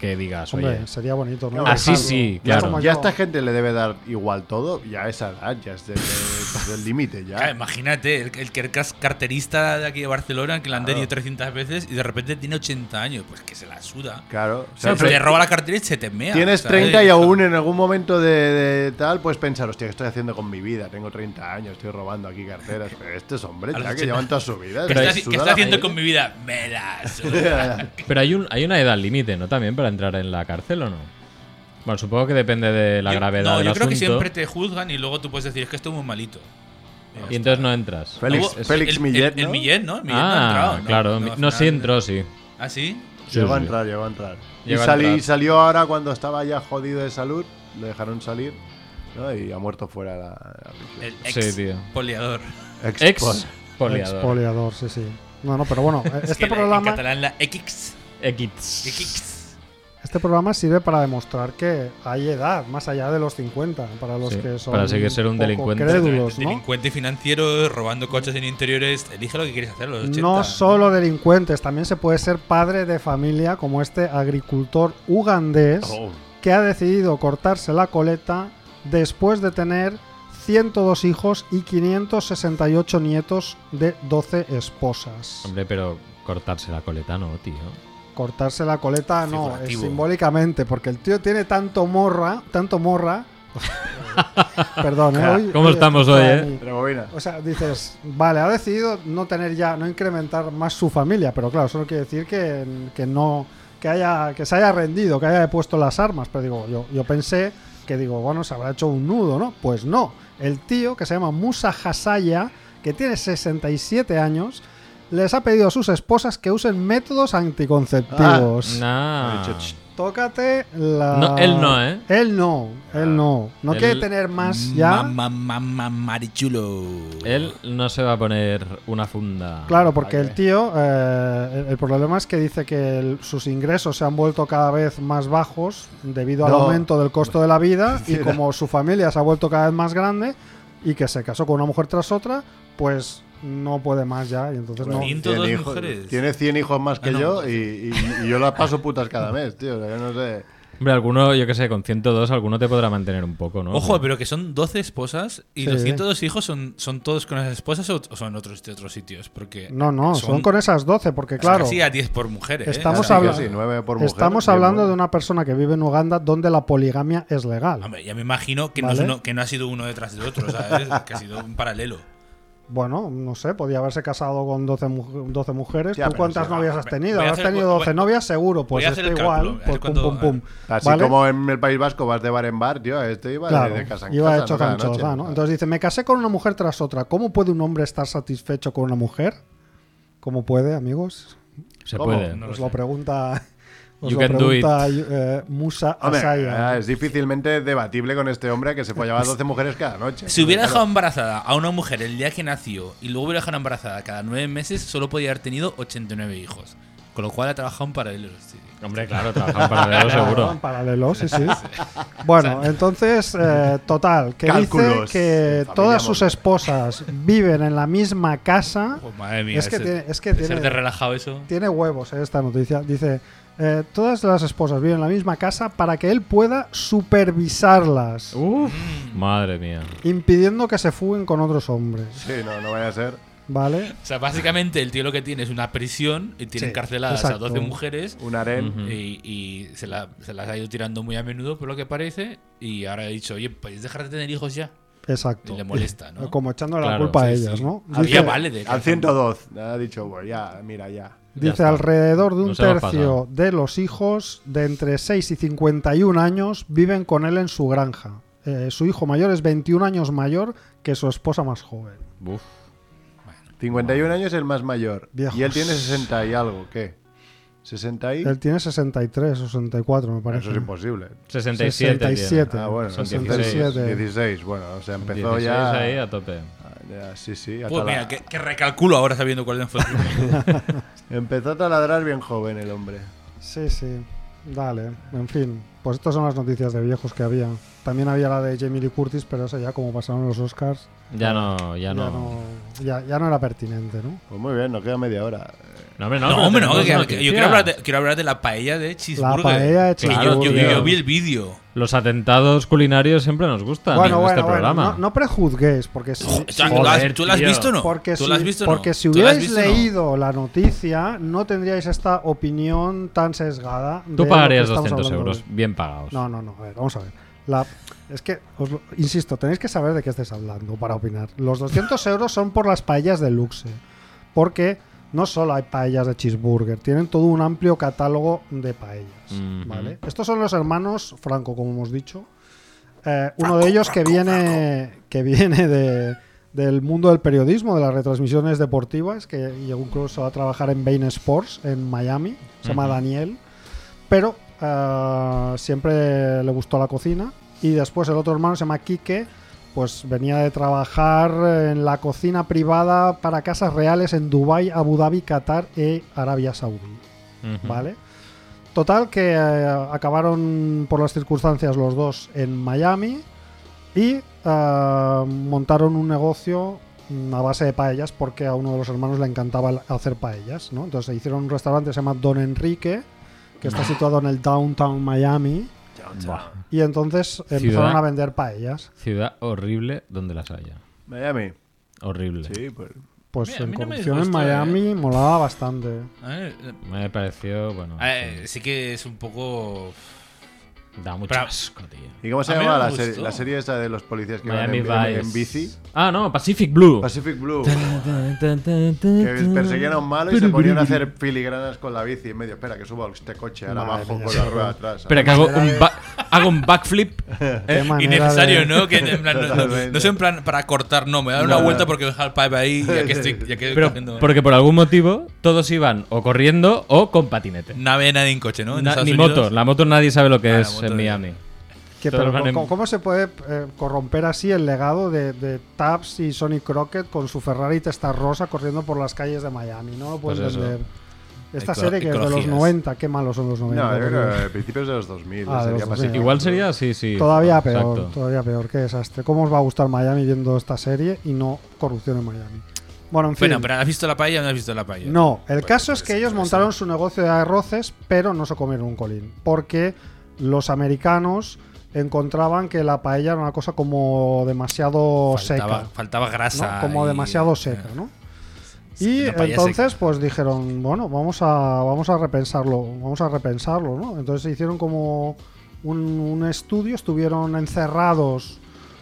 Speaker 3: que digas,
Speaker 1: Hombre,
Speaker 3: oye.
Speaker 1: sería bonito, ¿no?
Speaker 4: Claro, así
Speaker 1: Dejarlo.
Speaker 3: sí,
Speaker 1: No
Speaker 3: claro.
Speaker 1: como
Speaker 4: Ya
Speaker 1: yo.
Speaker 4: esta gente le debe dar igual todo, ya a esa edad, ya es de- de- es del límite ya.
Speaker 2: Claro, imagínate, el, el que es carterista de aquí de Barcelona, que la han tenido 300 veces y de repente tiene 80 años, pues que se la suda.
Speaker 4: Claro. o
Speaker 2: O
Speaker 4: sea,
Speaker 2: sea,
Speaker 4: tre-
Speaker 2: te roba la cartera y se te mea.
Speaker 4: tienes
Speaker 2: ¿sabes?
Speaker 4: 30 y aún en algún momento de, de tal puedes pensar, hostia, ¿qué estoy haciendo con mi vida? Tengo 30 años, estoy robando aquí carteras. Pero este es hombre,
Speaker 2: A los
Speaker 4: ya que
Speaker 2: 80.
Speaker 4: llevan toda su vida.
Speaker 2: ¿Qué
Speaker 4: les
Speaker 2: estás,
Speaker 4: suda
Speaker 2: qué
Speaker 4: la
Speaker 2: estás haciendo
Speaker 4: polla.
Speaker 2: con mi vida? Me la suda.
Speaker 3: Pero hay, un, hay una edad límite, ¿no? También para entrar en la cárcel o no. Bueno, supongo que depende de la
Speaker 2: Yo-
Speaker 3: gravedad
Speaker 2: No,
Speaker 3: del
Speaker 2: yo creo que
Speaker 3: asunto,
Speaker 2: siempre te juzgan y luego tú puedes decir, es que estoy muy malito.
Speaker 3: Y entonces no entras.
Speaker 4: Félix,
Speaker 2: Luego,
Speaker 4: Félix
Speaker 2: el,
Speaker 4: Millet,
Speaker 2: El, el
Speaker 4: ¿no?
Speaker 2: Millet, ¿no? El Millet no ha
Speaker 3: ah,
Speaker 2: entrado. ¿no?
Speaker 3: claro.
Speaker 2: No,
Speaker 3: mi-
Speaker 2: al
Speaker 3: No,
Speaker 2: final-
Speaker 3: sí entró, sí.
Speaker 2: ¿Ah, sí?
Speaker 4: Llegó a
Speaker 3: sí.
Speaker 4: entrar, llegó a entrar. Y,
Speaker 3: Llegó a
Speaker 4: sali-
Speaker 3: entrar.
Speaker 4: y salió ahora cuando estaba ya jodido de salud, lo dejaron salir ¿no? y ha muerto fuera la, la prisión.
Speaker 2: El
Speaker 3: Sí,
Speaker 2: ex
Speaker 3: tío.
Speaker 2: poliador.
Speaker 4: Ex-
Speaker 3: Ex poliador.
Speaker 1: Expoliador, sí, sí. No, no, pero bueno,
Speaker 2: Es
Speaker 1: este
Speaker 2: que la- En
Speaker 1: programa,
Speaker 2: catalán la X.
Speaker 3: Ex.
Speaker 2: X.
Speaker 1: este programa sirve para demostrar que hay edad, más allá de los 50, para los
Speaker 3: Sí,
Speaker 1: que son
Speaker 3: para seguir ser un
Speaker 1: poco
Speaker 3: delincuente.
Speaker 1: crédulos, ¿no?
Speaker 2: Delincuente financiero, robando coches en interiores. Elige lo que quieres hacer. a Los 80.
Speaker 1: No solo delincuentes, también se puede ser padre de familia como este agricultor ugandés
Speaker 4: Oh.
Speaker 1: que ha decidido cortarse la coleta después de tener 102 hijos y 568 nietos de 12 esposas.
Speaker 3: Hombre, pero cortarse la coleta no, tío.
Speaker 1: Cortarse la coleta no, es
Speaker 2: Figurativo.
Speaker 1: simbólicamente, porque el tío tiene tanto morra, tanto morra. Perdón, ¿eh? Hoy-
Speaker 3: ¿Cómo
Speaker 1: hoy
Speaker 3: estamos
Speaker 1: estoy
Speaker 3: hoy,
Speaker 1: a
Speaker 3: eh?
Speaker 1: mí.
Speaker 4: Rebobina.
Speaker 1: O sea, dices, vale, ha decidido no tener ya, no incrementar más su familia, pero claro, eso no quiere decir que, que no, que haya, que se haya rendido, que haya puesto las armas. Pero digo, yo, yo pensé que digo, bueno, se habrá hecho un nudo, ¿no? Pues no. El tío, que se llama Musa Hasaya, que tiene 67 años, les ha pedido a sus esposas que usen métodos anticonceptivos.
Speaker 3: Nah.
Speaker 4: Ha dicho, "Ch".
Speaker 1: Tócate la.
Speaker 3: Ah, No, él no, ¿eh?
Speaker 1: Él no, él no. No
Speaker 3: Él-
Speaker 1: quiere tener más ya.
Speaker 2: Mamá, mamá, marichulo.
Speaker 3: Él no se va a poner una funda.
Speaker 1: Claro, porque
Speaker 4: vale.
Speaker 1: el tío, eh, el, el problema es que dice que el- sus ingresos se han vuelto cada vez más bajos debido al
Speaker 4: No.
Speaker 1: aumento del costo de la vida y
Speaker 4: Mentira.
Speaker 1: como su familia se ha vuelto cada vez más grande y que se casó con una mujer tras otra, pues no puede más ya y entonces no.
Speaker 2: Bueno, 102 mujeres.
Speaker 4: pues, tiene 100 hijos más que
Speaker 2: Ah, no.
Speaker 4: yo y, y- y yo las paso putas cada mes, tío. o sea, que no sé.
Speaker 3: Hombre, alguno, yo que sé, con 102, alguno te podrá mantener un poco, ¿no?
Speaker 2: Ojo, pero que son 12 esposas y
Speaker 1: Sí.
Speaker 2: los 102 hijos son, son todos con esas esposas o, o son otros de otros sitios. Porque
Speaker 1: No, no, son, con esas 12 porque claro,
Speaker 2: Casi a 10 por mujeres. ¿eh?
Speaker 1: Estamos
Speaker 2: O sea,
Speaker 4: Así que
Speaker 1: habla-
Speaker 4: sí, nueve por mujer,
Speaker 1: estamos
Speaker 4: bien,
Speaker 1: hablando
Speaker 4: bueno.
Speaker 1: de una persona que vive en Uganda donde la poligamia es legal.
Speaker 2: Hombre, ya me imagino que, no, es
Speaker 1: Vale.
Speaker 2: uno- que no ha sido uno detrás de otro, ¿sabes? que ha sido un paralelo.
Speaker 1: Bueno, no sé, podía haberse casado con 12, mu- 12 mujeres.
Speaker 4: Ya,
Speaker 1: ¿Tú
Speaker 4: pero
Speaker 1: cuántas
Speaker 4: sí, va,
Speaker 1: novias has
Speaker 2: voy-
Speaker 1: tenido?
Speaker 2: voy a
Speaker 1: ¿Has
Speaker 2: hacer-
Speaker 1: tenido
Speaker 2: voy-
Speaker 1: 12 novias? Seguro, pues
Speaker 2: a hacer
Speaker 1: está
Speaker 2: el cálculo,
Speaker 1: igual.
Speaker 2: a ver
Speaker 1: Pues pum,
Speaker 2: cuánto-
Speaker 1: pum, pum.
Speaker 4: Así
Speaker 1: ¿Vale?
Speaker 4: como en el País Vasco vas de bar en bar, tío, este iba de-
Speaker 1: Claro,
Speaker 4: de, casa en
Speaker 1: iba
Speaker 4: casa,
Speaker 1: hecho
Speaker 4: ¿no? Cada
Speaker 1: zanchosa,
Speaker 4: noche.
Speaker 1: ¿no? Entonces dice, me casé con una mujer tras otra. ¿Cómo puede un hombre estar satisfecho con una mujer? ¿Cómo puede, amigos?
Speaker 3: Se
Speaker 4: ¿Cómo?
Speaker 3: puede.
Speaker 2: No lo
Speaker 1: os
Speaker 2: sé.
Speaker 1: lo pregunta... Os
Speaker 3: You
Speaker 1: lo
Speaker 3: can do
Speaker 1: pregunta eh, Musa
Speaker 4: Hombre,
Speaker 1: Asaya.
Speaker 4: ah, es difícilmente debatible con este hombre que se follaba a 12 mujeres cada noche.
Speaker 2: Si hubiera
Speaker 4: Claro.
Speaker 2: dejado embarazada a una mujer el día que nació y luego hubiera dejado embarazada cada 9 meses, solo podía haber tenido 89 hijos. Con lo cual ha trabajado en paralelo. sí.
Speaker 3: Hombre, claro, trabajan para
Speaker 1: Claro,
Speaker 3: seguro.
Speaker 1: En paralelo, sí, sí. Bueno, entonces, eh, total, que dice
Speaker 4: Cálculos.
Speaker 1: que
Speaker 4: Familia
Speaker 1: todas sus
Speaker 4: Monge.
Speaker 1: esposas viven en la misma casa
Speaker 2: Oh, madre mía.
Speaker 1: Es que
Speaker 2: ese-
Speaker 1: tiene- es que
Speaker 2: de
Speaker 1: tiene-
Speaker 2: ser de relajado eso.
Speaker 1: Tiene huevos eh, esta noticia. Dice, eh, todas las esposas viven en la misma casa para que él pueda supervisarlas,
Speaker 2: Uh.
Speaker 3: Uf, madre mía.
Speaker 1: impidiendo que se fuguen con otros hombres.
Speaker 4: Sí, no, no vaya a ser.
Speaker 1: ¿Vale?
Speaker 2: O sea, básicamente el tío lo que tiene es una prisión y tiene
Speaker 1: Sí,
Speaker 2: encarceladas
Speaker 1: exacto.
Speaker 2: a 12 mujeres
Speaker 4: Un harén.
Speaker 3: Ujú.
Speaker 2: y, y se, la- se las ha ido tirando muy a menudo por lo que parece y ahora he dicho, oye, podéis dejar de tener hijos ya.
Speaker 1: Exacto.
Speaker 2: Y le molesta, ¿no?
Speaker 1: Como echándole la
Speaker 3: Claro,
Speaker 1: culpa a
Speaker 2: sí,
Speaker 1: ellas,
Speaker 2: sí.
Speaker 1: ¿no?
Speaker 2: Había
Speaker 1: Dice,
Speaker 2: vale de
Speaker 4: Al 102. Ha dicho, bueno, ya, mira, ya.
Speaker 1: dice,
Speaker 3: está.
Speaker 1: alrededor de un
Speaker 3: Nos hemos
Speaker 1: tercio
Speaker 3: pasado.
Speaker 1: de los hijos de entre 6 y 51 años viven con él en su granja. Eh, su hijo mayor es 21 años mayor que su esposa más joven.
Speaker 3: Uf.
Speaker 4: 51 años es el más mayor.
Speaker 1: Viejos.
Speaker 4: Y él tiene 60 y algo, ¿qué? 60 y...
Speaker 1: Él tiene 63 o 64, me parece.
Speaker 4: Eso es imposible.
Speaker 3: 67. tiene.
Speaker 1: 67.
Speaker 4: Ah, bueno,
Speaker 3: Son
Speaker 4: 16.
Speaker 1: 67.
Speaker 4: 16, bueno, o sea, empezó
Speaker 3: 16
Speaker 4: ya... Ah,
Speaker 3: ahí a tope.
Speaker 4: ya, Sí, sí. a
Speaker 2: Pues
Speaker 4: tala-
Speaker 2: mira, que, que recalculo ahora sabiendo cuál fue el primero.
Speaker 4: Empezó a taladrar bien joven el hombre.
Speaker 1: Sí, sí. Dale. En fin, pues estas son las noticias de viejos que había. También había la de Jamie Lee Curtis, pero esa ya como pasaron los Oscars,
Speaker 3: Ya no, ya
Speaker 1: ya
Speaker 3: no.
Speaker 1: no, ya, ya no era pertinente, ¿no?
Speaker 4: Pues muy bien, nos queda media hora.
Speaker 3: No, hombre, no.
Speaker 2: No,
Speaker 3: pero
Speaker 2: hombre, no,
Speaker 3: tenemos
Speaker 2: que- que-
Speaker 3: noticias.
Speaker 2: yo quiero hablar, de, quiero hablar de la paella de cheeseburger.
Speaker 1: paella de
Speaker 2: Que yo-
Speaker 1: cheeseburger.
Speaker 2: yo, yo- yo vi el vídeo.
Speaker 3: Los atentados culinarios siempre nos gustan
Speaker 1: Bueno,
Speaker 3: en
Speaker 1: bueno,
Speaker 3: este
Speaker 1: bueno,
Speaker 3: programa.
Speaker 1: no, no prejuzguéis, porque si,
Speaker 2: Joder,
Speaker 1: si-
Speaker 2: ¿tú, lo has,
Speaker 3: Joder,
Speaker 2: tú lo has
Speaker 3: tío.
Speaker 2: visto o no?
Speaker 1: porque
Speaker 2: ¿Tú
Speaker 1: si,
Speaker 2: lo has visto o no?
Speaker 1: porque si
Speaker 2: ¿Tú lo has
Speaker 1: hubierais
Speaker 2: visto o no?
Speaker 1: leído la noticia, no tendríais esta opinión tan sesgada. de lo
Speaker 3: Tú
Speaker 1: que
Speaker 3: pagarías
Speaker 1: estamos
Speaker 3: 200
Speaker 1: hablando
Speaker 3: euros,
Speaker 1: hoy.
Speaker 3: bien pagados.
Speaker 1: No, no, no, a ver, vamos a ver. La- es que, os lo- insisto, tenéis que saber de qué estáis hablando para opinar. Los 200 euros son por las paellas de Luxe, porque no solo hay paellas de cheeseburger, tienen todo un amplio catálogo de paellas,
Speaker 3: Ujú.
Speaker 1: ¿vale? Estos son los hermanos Franco, como hemos dicho. Eh, uno de ellos que viene, que viene de- del mundo del periodismo, de las retransmisiones deportivas, que llegó incluso a trabajar en Bain Sports en Miami, se llama Daniel pero eh, siempre le gustó la cocina. Y después el otro hermano se llama Quique, pues venía de trabajar en la cocina privada para casas reales en Dubái, Abu Dhabi, Qatar e Arabia Saudí.
Speaker 3: Ujú.
Speaker 1: ¿Vale? Total, que eh, acabaron por las circunstancias los dos en Miami y eh, montaron un negocio mm, a base de paellas porque a uno de los hermanos le encantaba el- hacer paellas, ¿no? Entonces hicieron un restaurante que se llama Don Enrique, que está situado en el downtown Miami
Speaker 3: Buah,
Speaker 1: y entonces empezaron
Speaker 3: Ciudad.
Speaker 1: a vender paellas.
Speaker 3: ciudad horrible donde las haya.
Speaker 4: Miami.
Speaker 3: Horrible.
Speaker 4: Sí, pues...
Speaker 1: Pues
Speaker 2: Mira, a
Speaker 1: en
Speaker 2: mí no me
Speaker 1: corrupción en
Speaker 2: disgusta,
Speaker 1: Miami molaba bastante.
Speaker 2: Eh, eh,
Speaker 3: Me pareció, bueno.
Speaker 2: eh, sí que es un poco...
Speaker 3: sí, Da mucho
Speaker 2: pero-
Speaker 3: asco, tío.
Speaker 4: ¿Y cómo se
Speaker 2: A mí
Speaker 4: llama
Speaker 2: me
Speaker 4: la,
Speaker 2: gustó.
Speaker 4: serie- la serie esa de los policías que
Speaker 3: Miami
Speaker 4: van
Speaker 3: Vice.
Speaker 4: en- en, en bici?
Speaker 3: Ah, no, Pacific Blue.
Speaker 4: Pacific Blue. Que
Speaker 3: que
Speaker 4: perseguían a un malo y se ponían a hacer filigranas con la bici en medio. Espera, que suba este coche ahora
Speaker 1: Madre
Speaker 4: abajo
Speaker 1: mía,
Speaker 4: con
Speaker 1: sí.
Speaker 4: la rueda atrás.
Speaker 3: Espera, que hago un, ba- hago un backflip.
Speaker 1: Qué manera
Speaker 2: Innecesario,
Speaker 1: de-
Speaker 2: ¿no? Que en plan, no, no-
Speaker 4: Totalmente.
Speaker 2: no sé en plan para cortar, no. Me da una
Speaker 4: No, no.
Speaker 2: vuelta porque deja el pipe ahí ya que estoy, ya que estoy
Speaker 3: Pero
Speaker 2: cogiendo-
Speaker 3: porque por algún motivo todos iban o corriendo o con patinete.
Speaker 2: No había nadie en coche, ¿no? En
Speaker 3: Na-
Speaker 2: Estados
Speaker 3: ni
Speaker 2: Unidos.
Speaker 3: moto. La moto nadie sabe lo que
Speaker 2: Ah, la
Speaker 3: es
Speaker 2: moto de-
Speaker 3: en Miami.
Speaker 1: Que,
Speaker 3: Todos
Speaker 1: pero,
Speaker 3: van en-
Speaker 1: ¿cómo, cómo se puede eh, corromper así el legado de, de Taps y Sonny Crockett con su Ferrari Testarrosa corriendo por las calles de Miami? No lo puedes
Speaker 3: Pues eso.
Speaker 1: entender. Esta
Speaker 2: Eco-
Speaker 1: serie que es de
Speaker 2: ecologías.
Speaker 1: los 90, qué malos son los 90.
Speaker 4: No, yo
Speaker 1: por
Speaker 4: creo
Speaker 1: Dios.
Speaker 4: que principios de los 2000.
Speaker 1: Ah, de
Speaker 4: sería
Speaker 1: los
Speaker 4: Pacific
Speaker 1: 2000.
Speaker 4: Blue.
Speaker 3: Igual sería, sí, sí.
Speaker 1: todavía peor,
Speaker 3: Exacto.
Speaker 1: todavía peor, qué desastre. ¿Cómo os va a gustar Miami viendo esta serie y no corrupción en Miami? Bueno, en fin.
Speaker 2: Bueno, pero ¿has visto la paella o no has visto la paella?
Speaker 1: No, el
Speaker 2: Bueno,
Speaker 1: caso es
Speaker 2: pues,
Speaker 1: que ellos
Speaker 2: pues,
Speaker 1: montaron su negocio de arroces, pero no se comieron un colín. Porque los americanos encontraban que la paella era una cosa como demasiado
Speaker 2: faltaba,
Speaker 1: seca.
Speaker 2: faltaba
Speaker 1: ¿no?
Speaker 2: grasa.
Speaker 1: Como
Speaker 2: y- Eh.
Speaker 1: demasiado seca, ¿no? Y
Speaker 2: una paella
Speaker 1: entonces,
Speaker 2: seca.
Speaker 1: pues dijeron, bueno, vamos a, vamos a repensarlo, vamos a repensarlo, ¿no? Entonces se hicieron como un, un estudio, estuvieron encerrados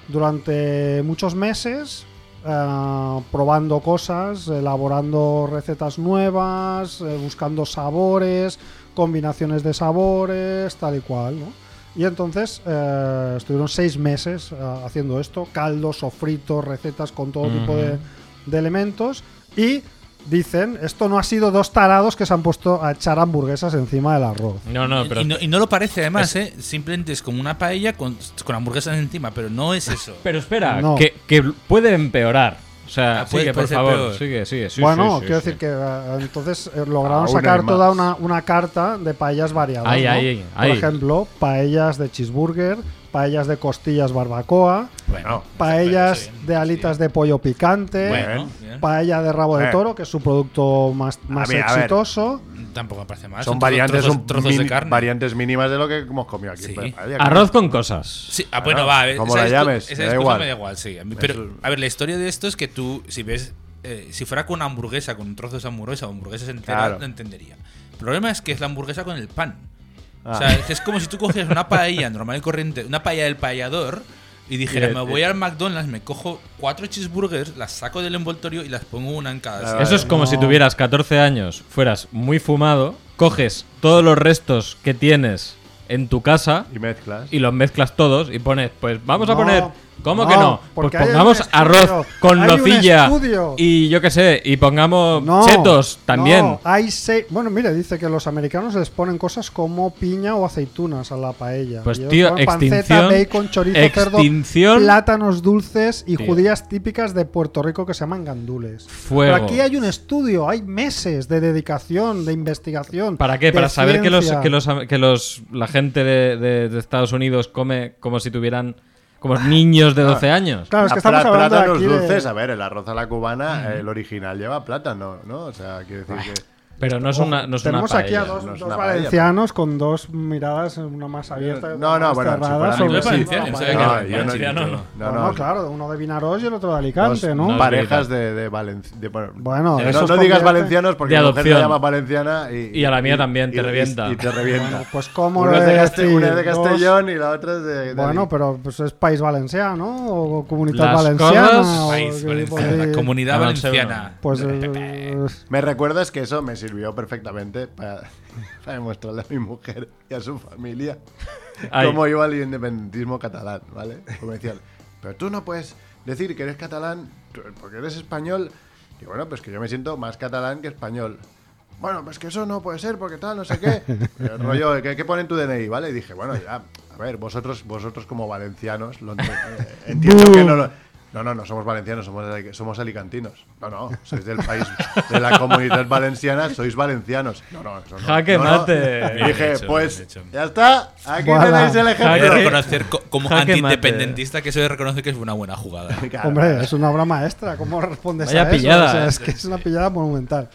Speaker 1: durante muchos meses, eh, probando cosas, elaborando recetas nuevas, eh, buscando sabores, combinaciones de sabores, tal y cual, ¿no? Y entonces eh, estuvieron seis meses eh, haciendo esto, caldos, sofritos, recetas con todo tipo de, de elementos. Y dicen, esto no ha sido dos tarados que se han puesto a echar hamburguesas encima del arroz.
Speaker 3: No, no, pero.
Speaker 2: y, no, y no lo parece, además, ¿eh? Simplemente es como una paella con, con hamburguesas encima, pero no es eso.
Speaker 3: Pero espera,
Speaker 1: No.
Speaker 3: que, que puede empeorar. O sea,
Speaker 2: Ah, puede- puede
Speaker 3: sigue, por
Speaker 2: ser
Speaker 3: favor.
Speaker 2: peor.
Speaker 3: Sigue, sigue. sí,
Speaker 1: bueno,
Speaker 3: sí, sí,
Speaker 1: quiero
Speaker 3: sí.
Speaker 1: decir que eh, entonces eh, lograron
Speaker 4: Aún
Speaker 1: sacar
Speaker 4: hay más.
Speaker 1: toda una, una carta de paellas variadas.
Speaker 3: Ay,
Speaker 1: ¿no?
Speaker 3: ay,
Speaker 1: Por
Speaker 3: ay.
Speaker 1: ejemplo, paellas de cheeseburger, paellas de costillas barbacoa,
Speaker 2: Bueno,
Speaker 1: paellas
Speaker 2: eso, eso,
Speaker 1: de alitas de pollo picante.
Speaker 2: Bueno, bien.
Speaker 1: Paella de rabo de
Speaker 4: Eh.
Speaker 1: toro, que es su producto más, más
Speaker 4: mí, a ver.
Speaker 1: exitoso.
Speaker 2: tampoco me parece mal.
Speaker 4: Son
Speaker 2: tro-
Speaker 4: variantes,
Speaker 2: trozos,
Speaker 4: son
Speaker 2: trozos de
Speaker 4: mini-
Speaker 2: carne.
Speaker 4: variantes mínimas de lo que hemos comido aquí.
Speaker 2: Sí.
Speaker 4: Pero, vaya,
Speaker 3: Arroz con cosas.
Speaker 2: Sí, ah, bueno,
Speaker 4: Claro,
Speaker 2: va. a ver,
Speaker 4: como
Speaker 2: esa
Speaker 4: la
Speaker 2: discu-
Speaker 4: llames,
Speaker 2: esa
Speaker 4: me da
Speaker 2: discusión
Speaker 4: igual.
Speaker 2: me da igual, sí. A mí- pero,
Speaker 4: Eso-
Speaker 2: a ver, la historia de esto es que tú, si ves, eh, si fuera con una hamburguesa, con trozos de hamburguesa o hamburguesas enteras,
Speaker 4: Claro.
Speaker 2: lo entendería. El problema es que es la hamburguesa con el pan.
Speaker 4: Ah.
Speaker 2: O sea, es- es como si tú cogieras una paella normal y corriente, una paella del paellador, y dijeras,
Speaker 3: Y,
Speaker 2: me
Speaker 3: eh,
Speaker 2: voy al McDonald's, me cojo cuatro cheeseburgers, las saco del envoltorio y las pongo una en cada.
Speaker 4: Ah,
Speaker 2: sitio".
Speaker 4: vale.
Speaker 3: Eso es como
Speaker 1: no.
Speaker 3: si tuvieras 14 años, fueras muy fumado, coges todos los restos que tienes en tu casa
Speaker 4: Y mezclas.
Speaker 3: y los mezclas todos y pones, pues vamos a
Speaker 1: No,
Speaker 3: poner ¿Cómo
Speaker 1: No,
Speaker 3: que no? Pues
Speaker 1: porque hay un
Speaker 3: pongamos
Speaker 1: estudio,
Speaker 3: arroz con
Speaker 1: hay un
Speaker 3: nocilla
Speaker 1: estudio.
Speaker 3: y yo qué sé, y pongamos
Speaker 1: No,
Speaker 3: chetos también.
Speaker 1: no, hay seis. Bueno, mira, dice que los americanos les ponen cosas como piña o aceitunas a la paella.
Speaker 3: Pues,
Speaker 1: Y ellos
Speaker 3: tío,
Speaker 1: ponen
Speaker 3: extinción-
Speaker 1: bacon, chorizo,
Speaker 3: extinción-
Speaker 1: cerdo, plátanos dulces y
Speaker 3: Tío.
Speaker 1: judías típicas de Puerto Rico que se llaman gandules.
Speaker 3: Fuego.
Speaker 1: Pero aquí hay un estudio, hay meses de dedicación, de investigación.
Speaker 3: ¿Para qué?
Speaker 1: de
Speaker 3: Para saber que los,
Speaker 1: ciencia.
Speaker 3: que los que los la gente de, de- de Estados Unidos come como si tuvieran como niños de 12 años.
Speaker 1: Claro, es
Speaker 4: Ah,
Speaker 1: que estamos
Speaker 4: plá-
Speaker 1: hablando
Speaker 4: plátanos
Speaker 1: aquí de-
Speaker 4: dulces, a ver, el arroz a la cubana, el original lleva plátano, ¿no? O sea, quiero decir que.
Speaker 3: Pero no es una no es una
Speaker 1: Oh, Tenemos aquí a
Speaker 3: paella.
Speaker 1: dos,
Speaker 4: no es
Speaker 1: dos
Speaker 4: una paella.
Speaker 1: valencianos con dos miradas, una más abierta y
Speaker 4: No,
Speaker 1: otra
Speaker 4: no,
Speaker 1: más
Speaker 4: bueno, si
Speaker 1: cerrada.
Speaker 4: fueran
Speaker 1: sobre
Speaker 2: los
Speaker 1: si-
Speaker 2: valencianos,
Speaker 1: la
Speaker 2: ¿sabes?
Speaker 1: paella.
Speaker 2: que valenciano no.
Speaker 1: No, no, claro, uno de Vinaroz y el otro de
Speaker 4: Dos
Speaker 1: Alicante, ¿no?
Speaker 3: no.
Speaker 4: Parejas de, de Valencia. bueno,
Speaker 1: Bueno,
Speaker 4: no-
Speaker 1: esos
Speaker 4: no, digas
Speaker 1: convierten-
Speaker 4: valencianos porque
Speaker 3: De
Speaker 4: la mujer te
Speaker 3: adopción.
Speaker 4: llama valenciana y.
Speaker 3: Y a la mía también, te
Speaker 4: y-
Speaker 3: revienta.
Speaker 4: Y, te revienta.
Speaker 1: Bueno, pues cómo
Speaker 4: Una es de,
Speaker 1: le
Speaker 4: Castell-
Speaker 1: decir,
Speaker 4: una es de
Speaker 1: dos-
Speaker 4: Castellón y la otra es de. de
Speaker 1: Bueno,
Speaker 4: Alicante.
Speaker 1: pero pues es país valenciano o comunidad
Speaker 3: Las
Speaker 1: valenciana.
Speaker 3: cosas-
Speaker 1: o
Speaker 2: País
Speaker 1: qué
Speaker 2: valenciano,
Speaker 1: tipo
Speaker 2: la
Speaker 1: de-
Speaker 2: comunidad
Speaker 3: No, no sé,
Speaker 2: valenciana.
Speaker 1: Pues
Speaker 2: Pepe.
Speaker 1: eh,
Speaker 4: Me recuerdas que eso me sirvió perfectamente para, para demostrarle a mi mujer y a su familia
Speaker 3: Ay.
Speaker 4: cómo iba el independentismo catalán, ¿vale? Porque me decían, pero tú no puedes decir que eres catalán tú- porque eres español. Y bueno, pues que yo me siento más catalán que español. Bueno, pues que eso no puede ser porque tal, no sé qué. El rollo, de que que pone en tu DNI? ¿Vale? Y dije, bueno, ya, a ver, vosotros, vosotros como valencianos, lo ent- eh, entiendo que no lo... No, no, no somos valencianos, somos, ali- somos alicantinos. No, no, sois del país, de la comunidad valenciana, sois valencianos. No, no, eso no.
Speaker 3: Jaque
Speaker 4: no, no.
Speaker 3: mate.
Speaker 4: Y dije,
Speaker 2: Bien hecho,
Speaker 4: pues,
Speaker 2: bien hecho.
Speaker 4: ya está, aquí
Speaker 1: Voilà.
Speaker 4: tenéis el
Speaker 2: He de
Speaker 4: ejemplo.
Speaker 3: Jaque-
Speaker 2: reconocer co- como
Speaker 3: Jaque eh, Ah, mate.
Speaker 2: antiindependentista que eso de reconocer que es una buena jugada.
Speaker 4: Claro.
Speaker 1: Hombre, es una obra maestra. ¿Cómo respondes
Speaker 3: Vaya
Speaker 1: a eso?
Speaker 3: pillada,
Speaker 1: O sea,
Speaker 3: eh.
Speaker 1: es que es una pillada monumental.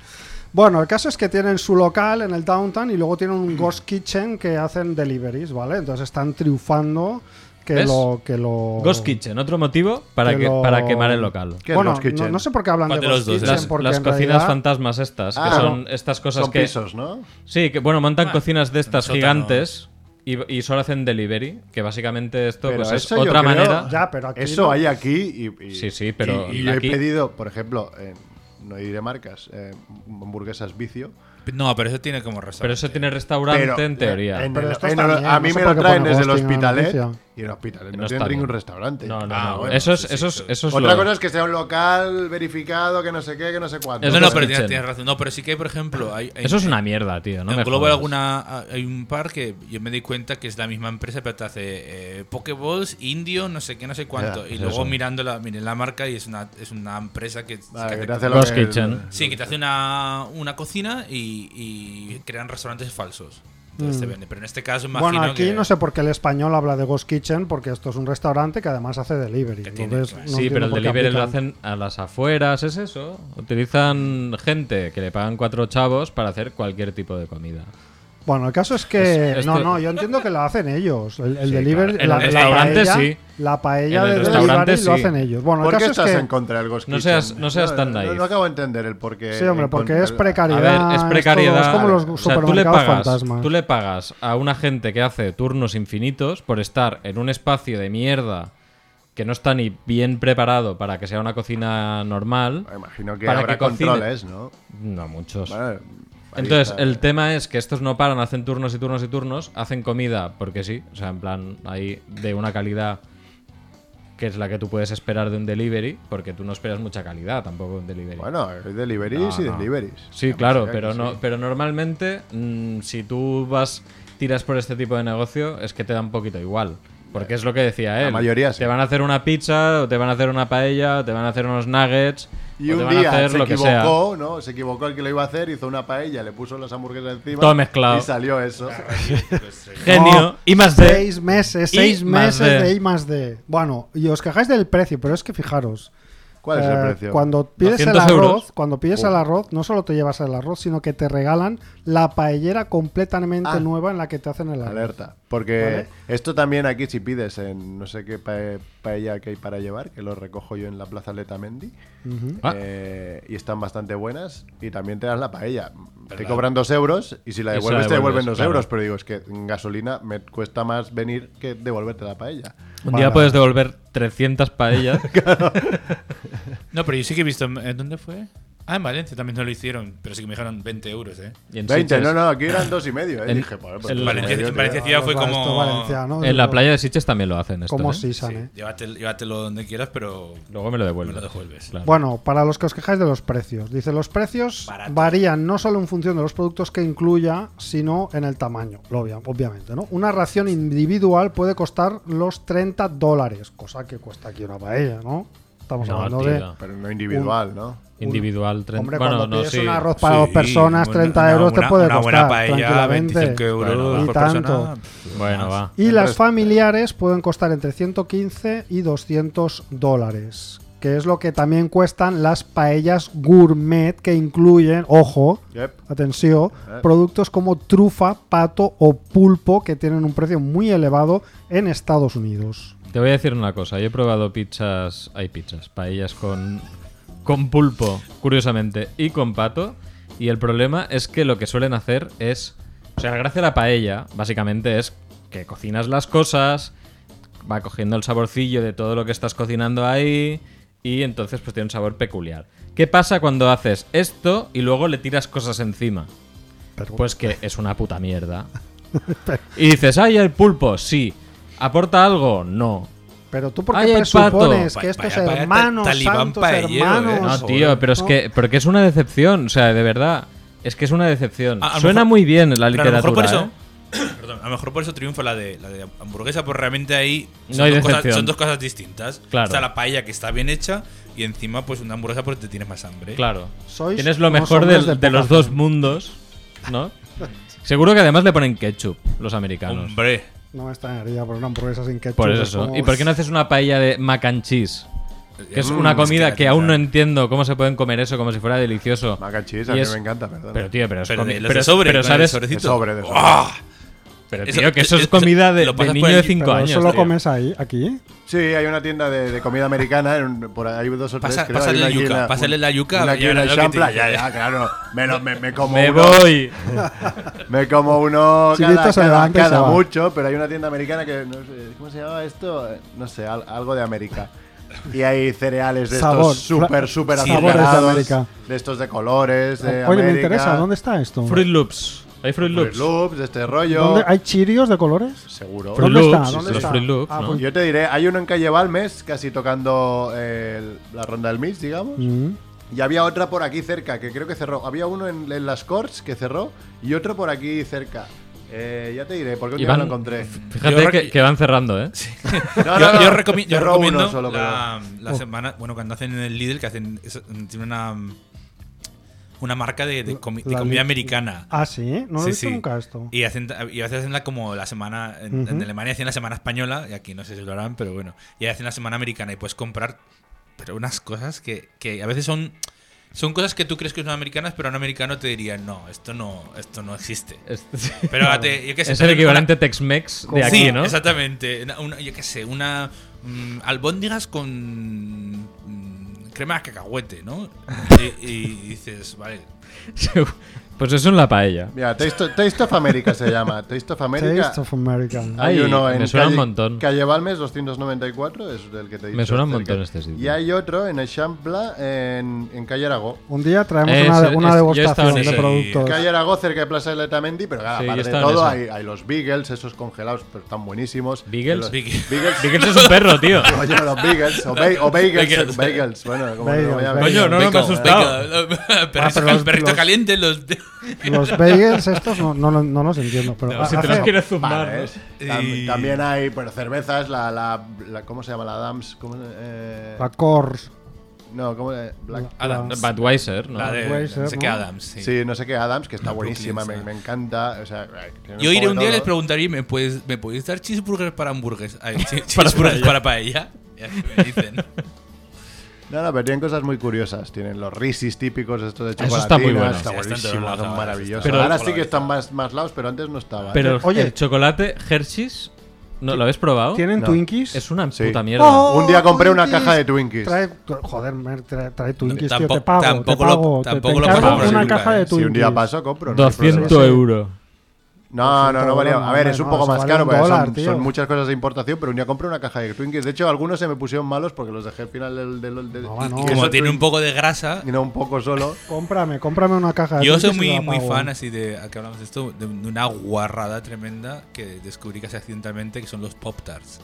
Speaker 1: Bueno, el caso es que tienen su local en el downtown y luego tienen
Speaker 3: Mm.
Speaker 1: un ghost kitchen que hacen deliveries, ¿vale? Entonces están triunfando que
Speaker 3: ¿Ves?
Speaker 1: lo que lo
Speaker 3: Ghost Kitchen, otro motivo para
Speaker 1: que
Speaker 3: que,
Speaker 1: lo-
Speaker 3: para quemar el local.
Speaker 4: ¿Qué es
Speaker 1: bueno,
Speaker 4: Ghost Kitchen?
Speaker 1: No, no sé por qué hablan de
Speaker 2: ¿Cuál de los
Speaker 1: Ghost
Speaker 2: dos ¿eh?
Speaker 1: Kitchen,
Speaker 2: es?
Speaker 3: Las,
Speaker 1: porque
Speaker 3: las
Speaker 1: en
Speaker 3: cocinas
Speaker 1: realidad-
Speaker 3: fantasmas estas, que
Speaker 4: Ah,
Speaker 3: son estas cosas
Speaker 4: Son
Speaker 3: que
Speaker 4: pisos, ¿no?
Speaker 3: Sí, que bueno, montan cocinas de estas
Speaker 2: sótano.
Speaker 3: gigantes y, y solo hacen delivery, que básicamente esto
Speaker 4: Pero
Speaker 3: pues es
Speaker 4: eso yo
Speaker 3: otra
Speaker 4: creo-
Speaker 3: manera.
Speaker 1: Ya, pero aquí
Speaker 4: Eso
Speaker 1: no.
Speaker 4: hay aquí y, y-
Speaker 3: Sí, sí, pero
Speaker 4: y- y yo
Speaker 3: aquí-
Speaker 4: he pedido, por ejemplo, eh, no diré marcas, eh, hamburguesas vicio.
Speaker 2: No, pero eso tiene como razón.
Speaker 3: Pero eso tiene restaurante
Speaker 4: pero,
Speaker 3: en teoría.
Speaker 4: en
Speaker 1: Pero
Speaker 4: el-
Speaker 1: estos
Speaker 4: en el-
Speaker 1: también,
Speaker 4: a mí
Speaker 1: no sé
Speaker 4: me
Speaker 1: por
Speaker 4: lo
Speaker 1: qué
Speaker 4: traen
Speaker 1: pone
Speaker 4: desde el
Speaker 1: Ghost en la
Speaker 4: hospitalet
Speaker 1: noticia.
Speaker 4: y en el hospitalet
Speaker 3: No
Speaker 4: no,
Speaker 3: está
Speaker 4: tienen ningún
Speaker 3: bien.
Speaker 4: restaurante.
Speaker 3: No, no,
Speaker 4: Ah,
Speaker 3: no.
Speaker 4: bueno.
Speaker 3: eso es,
Speaker 2: sí,
Speaker 3: eso
Speaker 2: sí, sí.
Speaker 3: es, eso es
Speaker 4: Otra
Speaker 3: lo-
Speaker 4: cosa es que sea un local verificado, que no sé qué, que no sé cuánto.
Speaker 3: Eso
Speaker 2: No, no,
Speaker 3: Ghost
Speaker 2: pero
Speaker 3: Kitchen.
Speaker 2: tienes, tienes razón. No, pero sí que hay, por ejemplo, hay, hay-
Speaker 3: Eso es una mierda, tío. No
Speaker 2: en
Speaker 3: me
Speaker 2: Globo
Speaker 3: jodas.
Speaker 2: alguna, hay un par que yo me di cuenta que es la misma empresa, pero te hace eh, Pokeballs, Indio, no sé qué, no sé cuánto.
Speaker 4: Ya,
Speaker 2: y luego mirando la, miré la marca y es una, es una empresa que,
Speaker 4: Vale,
Speaker 2: que
Speaker 4: que
Speaker 2: hace
Speaker 4: te hace lo
Speaker 3: Ghost
Speaker 4: que-
Speaker 3: Kitchen.
Speaker 2: Sí, que te hace una, una cocina y, y crean restaurantes falsos. Entonces te vende. Pero en este caso, imagino
Speaker 1: Bueno, aquí
Speaker 2: que-
Speaker 1: no sé por qué el español habla de Ghost Kitchen, porque esto es un restaurante que además hace delivery.
Speaker 2: Que tiene,
Speaker 1: Entonces,
Speaker 2: claro.
Speaker 1: no
Speaker 3: sí,
Speaker 1: entiendo
Speaker 3: pero el
Speaker 1: por qué
Speaker 3: delivery lo
Speaker 1: aplican.
Speaker 3: hacen a las afueras, es eso. Utilizan gente que le pagan cuatro chavos para hacer cualquier tipo de comida.
Speaker 1: Bueno, el caso es que.
Speaker 3: Es-
Speaker 1: No,
Speaker 3: esto-
Speaker 1: no, yo entiendo que lo hacen ellos. El, el
Speaker 3: Sí,
Speaker 1: delivery.
Speaker 3: claro. En
Speaker 1: la,
Speaker 3: el
Speaker 1: la
Speaker 3: restaurante
Speaker 1: paella,
Speaker 3: sí.
Speaker 1: La paella
Speaker 3: En el
Speaker 1: de
Speaker 3: restaurante
Speaker 1: delivery lo
Speaker 3: sí.
Speaker 1: hacen ellos. Bueno,
Speaker 4: ¿Por
Speaker 1: el
Speaker 4: qué
Speaker 1: caso es
Speaker 4: estás
Speaker 1: que.
Speaker 4: en contra del Ghost
Speaker 3: No
Speaker 4: Kitchen?
Speaker 3: seas- no seas tan naif.
Speaker 4: No, acabo de entender el por qué.
Speaker 1: Sí, hombre,
Speaker 4: en
Speaker 1: porque
Speaker 4: contra-
Speaker 1: es precariedad.
Speaker 3: A ver, es
Speaker 1: esto-
Speaker 3: precariedad.
Speaker 1: Es como los
Speaker 3: O sea, tú le
Speaker 1: supermercados
Speaker 3: pagas,
Speaker 1: fantasmas.
Speaker 3: tú le pagas a una gente que hace turnos infinitos por estar en un espacio de mierda que no está ni bien preparado para que sea una cocina normal.
Speaker 4: Imagino que
Speaker 3: para
Speaker 4: habrá
Speaker 3: que cocine.
Speaker 4: controles, ¿no?
Speaker 3: No muchos.
Speaker 4: Vale, ahí
Speaker 3: Entonces,
Speaker 4: está.
Speaker 3: el tema es que estos no paran, hacen turnos y turnos y turnos, hacen comida, porque sí, o sea, en plan, ahí de una calidad que es la que tú puedes esperar de un delivery, porque tú no esperas mucha calidad tampoco de un delivery.
Speaker 4: Bueno, hay deliveries
Speaker 3: No,
Speaker 4: y
Speaker 3: no.
Speaker 4: deliveries.
Speaker 3: Sí,
Speaker 4: Además,
Speaker 3: claro,
Speaker 4: aquí
Speaker 3: pero
Speaker 4: sí.
Speaker 3: no, pero normalmente mm, si tú vas tiras por este tipo de negocio es que te da un poquito igual, porque es lo que decía él.
Speaker 4: mayoría sí.
Speaker 3: Te van a hacer una pizza, o te van a hacer una paella, o te van a hacer unos nuggets,
Speaker 4: Y
Speaker 3: o te
Speaker 4: un
Speaker 3: van a
Speaker 4: día
Speaker 3: hacer
Speaker 4: se
Speaker 3: lo que sea.
Speaker 4: equivocó, ¿no? Se equivocó el que lo iba a hacer, hizo una paella, le puso las hamburguesas encima.
Speaker 3: Todo mezclado.
Speaker 4: Y salió eso.
Speaker 3: Genio,
Speaker 1: No,
Speaker 3: y más de
Speaker 1: Seis meses,
Speaker 3: I
Speaker 1: seis
Speaker 3: más
Speaker 1: meses
Speaker 3: D.
Speaker 1: de I más D. Bueno, y os quejáis del precio, pero es que fijaros.
Speaker 4: ¿Cuál es el
Speaker 1: Eh,
Speaker 4: precio?
Speaker 1: Cuando pides el
Speaker 3: 200
Speaker 1: arroz,
Speaker 3: euros.
Speaker 1: cuando pides el arroz, no solo te llevas el arroz, sino que te regalan la paellera completamente
Speaker 4: Ah.
Speaker 1: nueva en la que te hacen el arroz.
Speaker 4: Alerta. Porque
Speaker 1: Vale.
Speaker 4: esto también aquí si pides en no sé qué pa- paella que hay para llevar, que lo recojo yo en la plaza Letamendi,
Speaker 3: Ah.
Speaker 4: eh, y están bastante buenas, y también te dan la paella. te cobran dos euros, y si
Speaker 3: Y se la
Speaker 4: la devuelves, te
Speaker 3: devuelves,
Speaker 4: devuelven dos
Speaker 3: claro.
Speaker 4: euros, pero digo, es que en gasolina me cuesta más venir que devolverte la paella.
Speaker 3: un día puedes devolver 300 paellas.
Speaker 2: No, pero yo sí que he visto. en- ¿Dónde fue? Ah, en Valencia también no lo hicieron, pero sí que me dijeron 20 euros, ¿eh?
Speaker 3: Y en
Speaker 4: 20,
Speaker 3: Sitges-
Speaker 4: no, no, aquí eran dos y medio, eh.
Speaker 3: En-
Speaker 4: Dije, joder, pues
Speaker 3: en
Speaker 4: dos y
Speaker 2: Valencia-
Speaker 4: medio,
Speaker 2: en
Speaker 4: tío.
Speaker 2: Valencia decía fue
Speaker 1: Los va-
Speaker 2: como-
Speaker 1: estos valencianos,
Speaker 3: En la
Speaker 1: los-
Speaker 3: playa de Sitges también lo hacen esto.
Speaker 1: Como
Speaker 3: ¿eh?
Speaker 1: sisan,
Speaker 2: Sí,
Speaker 1: eh.
Speaker 2: llévatelo, llévatelo donde quieras, pero
Speaker 3: Luego me lo devuelves.
Speaker 2: Me lo devuelves.
Speaker 3: Claro.
Speaker 1: Bueno, para los que os quejáis de los precios, dice los precios
Speaker 2: Barato.
Speaker 1: varían no solo en función de los productos que incluya, sino en el tamaño, lo obvia- obviamente, ¿no? Una ración individual puede costar los 30 dólares, cosa que cuesta aquí una paella, ¿no? Estamos
Speaker 3: No,
Speaker 1: hablando
Speaker 3: tío.
Speaker 1: de
Speaker 4: Pero no individual, ¿no?
Speaker 3: Individual, 30.
Speaker 1: Hombre,
Speaker 3: bueno,
Speaker 1: cuando
Speaker 3: no,
Speaker 1: pides
Speaker 3: sí.
Speaker 1: un arroz para dos
Speaker 2: Sí,
Speaker 1: personas,
Speaker 2: una-
Speaker 1: 30
Speaker 2: una
Speaker 1: euros te
Speaker 2: buena-
Speaker 1: puede
Speaker 2: una
Speaker 1: costar
Speaker 2: buena paella,
Speaker 1: tranquilamente.
Speaker 2: 25 euros
Speaker 3: Bueno,
Speaker 1: y
Speaker 2: por
Speaker 1: tanto.
Speaker 2: persona. pff,
Speaker 3: Bueno,
Speaker 2: más.
Speaker 3: va.
Speaker 1: Y
Speaker 4: Entonces-
Speaker 1: las familiares pueden costar entre 115 y 200 dólares, que es lo que también cuestan las paellas gourmet que incluyen, ojo,
Speaker 4: Yep.
Speaker 1: atención,
Speaker 4: Eh.
Speaker 1: productos como trufa, pato o pulpo que tienen un precio muy elevado en Estados Unidos.
Speaker 3: Te voy a decir una cosa. Yo he probado pizzas. Hay pizzas. Paellas con, con pulpo, curiosamente, y con pato. Y el problema es que lo que suelen hacer es. O sea, la gracia de la paella, básicamente, es que cocinas las cosas, va cogiendo el saborcillo de todo lo que estás cocinando ahí. Y entonces, pues tiene un sabor peculiar. ¿Qué pasa cuando haces esto y luego le tiras cosas encima? Pues que es una puta mierda. Y dices, ¡ay, el pulpo! Sí. ¿Aporta algo? No.
Speaker 1: Pero tú por qué
Speaker 3: Ay, el
Speaker 1: presupones
Speaker 3: pato.
Speaker 1: que estos
Speaker 2: Vaya, vaya
Speaker 1: hermanos,
Speaker 2: ta- talibán
Speaker 1: santos
Speaker 2: paellero,
Speaker 1: hermanos...
Speaker 2: ¿eh?
Speaker 3: No,
Speaker 2: Joder,
Speaker 3: tío, pero es
Speaker 1: ¿no?
Speaker 3: que. Porque es una decepción, o sea, de verdad. Es que es una decepción.
Speaker 2: A- a lo
Speaker 3: Suena
Speaker 2: mejor-
Speaker 3: muy bien la
Speaker 2: Pero a lo mejor
Speaker 3: literatura.
Speaker 2: por eso.
Speaker 3: ¿eh?
Speaker 2: perdón, a lo mejor por eso triunfa la de, la de hamburguesa, porque realmente ahí son,
Speaker 3: No hay
Speaker 2: dos cosas,
Speaker 3: decepción.
Speaker 2: son dos cosas distintas.
Speaker 3: Claro.
Speaker 2: Está la paella que está bien hecha y encima pues una hamburguesa porque te tienes más hambre.
Speaker 3: ¿eh? Claro.
Speaker 1: Sois
Speaker 3: Tienes lo
Speaker 1: unos
Speaker 3: mejor
Speaker 1: hombres
Speaker 3: del-
Speaker 1: de
Speaker 3: de,
Speaker 1: poca
Speaker 3: los dos
Speaker 1: fe.
Speaker 3: mundos, ¿no? Seguro que además le ponen ketchup los americanos.
Speaker 2: Hombre, pues
Speaker 1: No me extrañaría por una hamburguesa sin ketchup.
Speaker 3: Por
Speaker 1: es
Speaker 3: eso.
Speaker 1: como-
Speaker 3: ¿Y por qué no haces una paella de mac and cheese? Que es
Speaker 2: Mm,
Speaker 3: una
Speaker 2: es que
Speaker 3: comida
Speaker 2: la
Speaker 3: que aún no
Speaker 2: tendrán.
Speaker 3: entiendo cómo se pueden comer eso como si fuera delicioso.
Speaker 4: Mac and cheese, a
Speaker 3: Y
Speaker 4: mí
Speaker 3: es-
Speaker 4: me encanta, perdón.
Speaker 3: Pero tío, pero es
Speaker 2: pero
Speaker 3: comi-
Speaker 2: de los
Speaker 3: pero-
Speaker 2: de sobre,
Speaker 3: pero
Speaker 2: con el
Speaker 3: sabes,
Speaker 2: sobrecito.
Speaker 4: De sobre, de sobre.
Speaker 2: ¡Ah!
Speaker 3: pero,
Speaker 2: Eso-
Speaker 3: tío, que eso
Speaker 2: eso-
Speaker 3: es comida de,
Speaker 2: lo
Speaker 3: de
Speaker 2: pasas por
Speaker 3: niño
Speaker 2: el-
Speaker 3: de 5
Speaker 1: Pero
Speaker 3: años.
Speaker 1: eso lo
Speaker 3: tío.
Speaker 1: comes ahí, aquí.
Speaker 4: Sí, hay una tienda de, de comida americana, en un- por ahí dos o tres.
Speaker 2: Pasa-
Speaker 4: creo,
Speaker 2: pásale
Speaker 4: hay una
Speaker 2: la
Speaker 4: aquí
Speaker 2: yuca,
Speaker 4: en
Speaker 2: pásale la yuca,
Speaker 4: una aquí
Speaker 2: ya
Speaker 4: en la
Speaker 2: verás lo que
Speaker 4: Champla,
Speaker 2: te
Speaker 4: ya,
Speaker 2: dice.
Speaker 4: ya, claro. Me, lo- me, me como
Speaker 3: Me
Speaker 4: uno,
Speaker 3: voy.
Speaker 4: Me como uno
Speaker 1: Chivito
Speaker 4: cada,
Speaker 1: se
Speaker 4: cada-
Speaker 1: levanta y
Speaker 4: cada
Speaker 1: se va.
Speaker 4: mucho, pero hay una tienda americana que, no sé, ¿cómo se llama esto? Eh, No sé, al- algo de América. Y hay cereales de
Speaker 1: Sabor.
Speaker 4: estos súper, súper
Speaker 2: Sabores de
Speaker 4: azucarados,
Speaker 1: América.
Speaker 4: de estos de colores, de
Speaker 1: Oye,
Speaker 4: América.
Speaker 1: me interesa, ¿dónde está esto?
Speaker 3: Fruit Loops. Hay Fruit
Speaker 4: Fruit
Speaker 3: Loops.
Speaker 4: Loops, de este rollo.
Speaker 1: ¿Dónde- ¿Hay chirios de colores?
Speaker 4: Seguro.
Speaker 3: Fruit
Speaker 1: ¿Dónde está?
Speaker 3: Loops,
Speaker 1: ¿Dónde
Speaker 3: los
Speaker 1: está?
Speaker 3: Fruit Loops,
Speaker 1: Ah,
Speaker 3: ¿no?
Speaker 1: pues-
Speaker 4: Yo te diré, hay uno en calle Balmes, casi tocando eh, el- la ronda del Mix, digamos.
Speaker 1: Mm.
Speaker 4: Y había otra por aquí cerca, que creo que cerró. Había uno en, en las Corts que cerró y otro por aquí cerca. Eh, ya te diré, porque un día
Speaker 3: Iván,
Speaker 4: me lo encontré.
Speaker 3: Fíjate
Speaker 2: Yo
Speaker 3: que,
Speaker 2: rec-
Speaker 3: que van cerrando, ¿eh?
Speaker 4: No,
Speaker 2: yo,
Speaker 4: no, no.
Speaker 2: yo recomi- yo
Speaker 4: Cerró
Speaker 2: recomiendo
Speaker 4: uno solo, pero-
Speaker 2: la, la
Speaker 1: Oh.
Speaker 2: semana. Bueno, cuando hacen en el Lidl, que hacen. es- Tiene una. Una marca de, de comi- de
Speaker 1: La
Speaker 2: comida
Speaker 1: Lidl.
Speaker 2: americana.
Speaker 1: Ah, sí, no he
Speaker 2: Sí,
Speaker 1: visto
Speaker 2: sí.
Speaker 1: nunca esto.
Speaker 2: Y, hacen, y a veces hacen la como la semana. En, en
Speaker 1: Ujú.
Speaker 2: Alemania hacen la semana española, y aquí no sé si lo harán, pero bueno. Y hacen la semana americana y puedes comprar. Pero unas cosas que, que a veces son. Son cosas que tú crees que son americanas, pero a un americano te diría, no, esto no, esto no existe. Pero te- yo qué sé,
Speaker 3: es
Speaker 2: también
Speaker 3: el
Speaker 2: una-
Speaker 3: equivalente Tex-Mex de aquí,
Speaker 2: sí,
Speaker 3: ¿no?
Speaker 2: exactamente. Una- una- yo qué sé, una mm, albóndigas con mm, crema de cacahuete, ¿no? y, y dices, vale.
Speaker 3: Pues eso es la paella.
Speaker 4: Mira, Taste, of- Taste of America se llama. Taste of America.
Speaker 1: Taste of
Speaker 2: Ah.
Speaker 1: American.
Speaker 4: Hay
Speaker 3: Ay,
Speaker 4: uno en
Speaker 3: me suena un
Speaker 4: calle-
Speaker 3: montón.
Speaker 4: Calle Balmes 294, es del que te he dicho.
Speaker 3: Me suena un
Speaker 4: cerca.
Speaker 3: montón este sitio.
Speaker 4: Y hay otro en Echampla, en, en Calle Aragó.
Speaker 1: Un día traemos
Speaker 3: Es-
Speaker 1: una, una
Speaker 3: es- yo he estado
Speaker 1: degustación
Speaker 3: en
Speaker 1: de
Speaker 3: ese-
Speaker 1: productos.
Speaker 4: Calle Aragó, cerca de Plaza de Letamendi, pero
Speaker 3: Pues- Sí,
Speaker 4: claro,
Speaker 3: yo
Speaker 4: aparte de
Speaker 3: estaba en
Speaker 4: todo,
Speaker 3: esa.
Speaker 4: hay, hay los Beagles, esos congelados, pero están buenísimos.
Speaker 3: ¿Beagles?
Speaker 4: Los-
Speaker 2: Beagles.
Speaker 4: Beagles.
Speaker 3: Beagles es un perro, tío.
Speaker 4: Coño, los Beagles. O, ba- o bagels,
Speaker 2: Bagels.
Speaker 4: bagels, Bueno, como
Speaker 1: Bagels,
Speaker 4: lo llamen.
Speaker 1: bagels. Coño,
Speaker 3: no, no, me
Speaker 2: Bacon,
Speaker 3: ha asustado.
Speaker 2: bacon, el perrito-
Speaker 1: Ah, pero los-
Speaker 2: el perrito
Speaker 1: los-
Speaker 2: caliente, los.
Speaker 1: Los bagels estos no, no, lo- no los entiendo, pero
Speaker 3: si te
Speaker 1: hace-
Speaker 3: los quieres zumbar, ¿no?
Speaker 4: Panes. Tam-
Speaker 2: Y-
Speaker 4: También hay pero cervezas, la, la, la- ¿Cómo se llama? La Dams. ¿cómo, eh,
Speaker 1: la Coors,
Speaker 4: no, ¿cómo? eh, Black-
Speaker 2: Adams.
Speaker 3: Budweiser, ¿no?
Speaker 2: La de-
Speaker 1: Puede ser,
Speaker 2: no sé qué
Speaker 1: ¿no?
Speaker 2: Adams, sí.
Speaker 4: Sí, no sé qué, Adams, que está
Speaker 2: La
Speaker 4: buenísima, me,
Speaker 2: Brooklyn,
Speaker 4: me encanta. O sea, eh, tiene
Speaker 2: Yo
Speaker 4: poco
Speaker 2: iré
Speaker 4: de
Speaker 2: un día y
Speaker 4: todo.
Speaker 2: les preguntaría, ¿me puedes, ¿me podéis dar cheeseburgers para hamburguesas? Ay, che- cheeseburgers para paella. Ya que me dicen.
Speaker 4: No, no, pero tienen cosas muy curiosas. Tienen los risis típicos, estos de
Speaker 3: Eso
Speaker 4: chocolate.
Speaker 3: está muy bueno.
Speaker 4: Está
Speaker 2: Sí, están
Speaker 4: buenísimo,
Speaker 2: todos
Speaker 4: son
Speaker 2: lados,
Speaker 4: maravillosos.
Speaker 2: están
Speaker 4: Pero ahora
Speaker 2: todos
Speaker 4: sí que
Speaker 2: lados.
Speaker 4: están más, más lados, pero antes no estaba.
Speaker 3: Pero
Speaker 1: Oye.
Speaker 3: el chocolate Hershey's, ¿no, ¿lo habéis probado?
Speaker 1: ¿tienen
Speaker 4: No.
Speaker 1: Twinkies?
Speaker 3: Es una
Speaker 4: Sí. Oh.
Speaker 3: puta mierda.
Speaker 4: Un día compré una
Speaker 1: Twinkies.
Speaker 4: caja de Twinkies.
Speaker 1: Trae, joder, Mer, trae, trae Twinkies, tío,
Speaker 2: Tampo-
Speaker 1: te pago,
Speaker 2: tampoco
Speaker 1: te
Speaker 2: lo-
Speaker 1: pago, te-
Speaker 2: tampoco
Speaker 1: te
Speaker 2: lo
Speaker 1: encargo
Speaker 4: compramos
Speaker 1: una
Speaker 4: nunca,
Speaker 1: caja
Speaker 2: ¿eh?
Speaker 1: de
Speaker 4: si
Speaker 1: Twinkies.
Speaker 4: un día paso, compro. no hay
Speaker 3: 200
Speaker 4: problema.
Speaker 3: euros.
Speaker 4: No, no, no valía. A ver, es un poco más caro,
Speaker 1: pero
Speaker 4: pero son, son muchas cosas de importación, pero un día compré una caja de Twinkies. De hecho, algunos se me pusieron malos porque los dejé al final del... del, del-
Speaker 1: No, no.
Speaker 4: y
Speaker 2: Como
Speaker 4: eso
Speaker 2: tiene un
Speaker 4: Twin-
Speaker 2: poco de grasa,
Speaker 4: Y no un poco solo.
Speaker 1: Cómprame, cómprame una caja. de
Speaker 2: Yo
Speaker 1: Twinkies
Speaker 2: soy
Speaker 1: y
Speaker 2: muy,
Speaker 1: la
Speaker 2: muy
Speaker 1: pago.
Speaker 2: fan así de a que hablamos de esto, de de una guarrada tremenda que descubrí casi accidentalmente que son los Pop Tarts.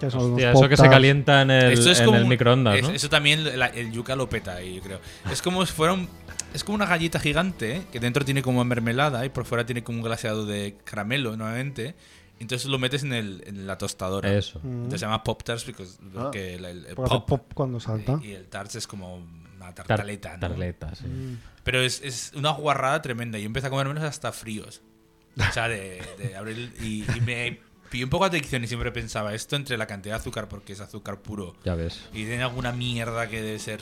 Speaker 1: Que son
Speaker 3: Hostia,
Speaker 1: unos
Speaker 3: eso que se
Speaker 1: pop-tarts.
Speaker 3: calienta en el, en el
Speaker 2: un-
Speaker 3: microondas,
Speaker 2: es-
Speaker 3: ¿no?
Speaker 2: Eso también la- el yuca lo peta ahí, yo creo. Es como si fuera un- es como una galleta gigante ¿eh? que dentro tiene como mermelada y por fuera tiene como un glaseado de caramelo nuevamente. Entonces lo metes en, el, en la tostadora.
Speaker 3: Eso.
Speaker 2: Entonces se llama Pop Tarts because- porque el, el- el
Speaker 1: Ah. Porque hace
Speaker 2: pop,
Speaker 1: pop cuando salta.
Speaker 2: y, y el tarts es como una
Speaker 3: Tar-
Speaker 2: tartaleta. ¿no?
Speaker 3: Tarleta, sí.
Speaker 2: Pero es, es una guarrada tremenda. Yo empecé a comer menos hasta fríos. O sea, de, de abrir. Y, y me pillé un poco adicción y siempre pensaba esto entre la cantidad de azúcar, porque es azúcar puro.
Speaker 3: Ya ves.
Speaker 2: Y tiene alguna mierda que debe ser.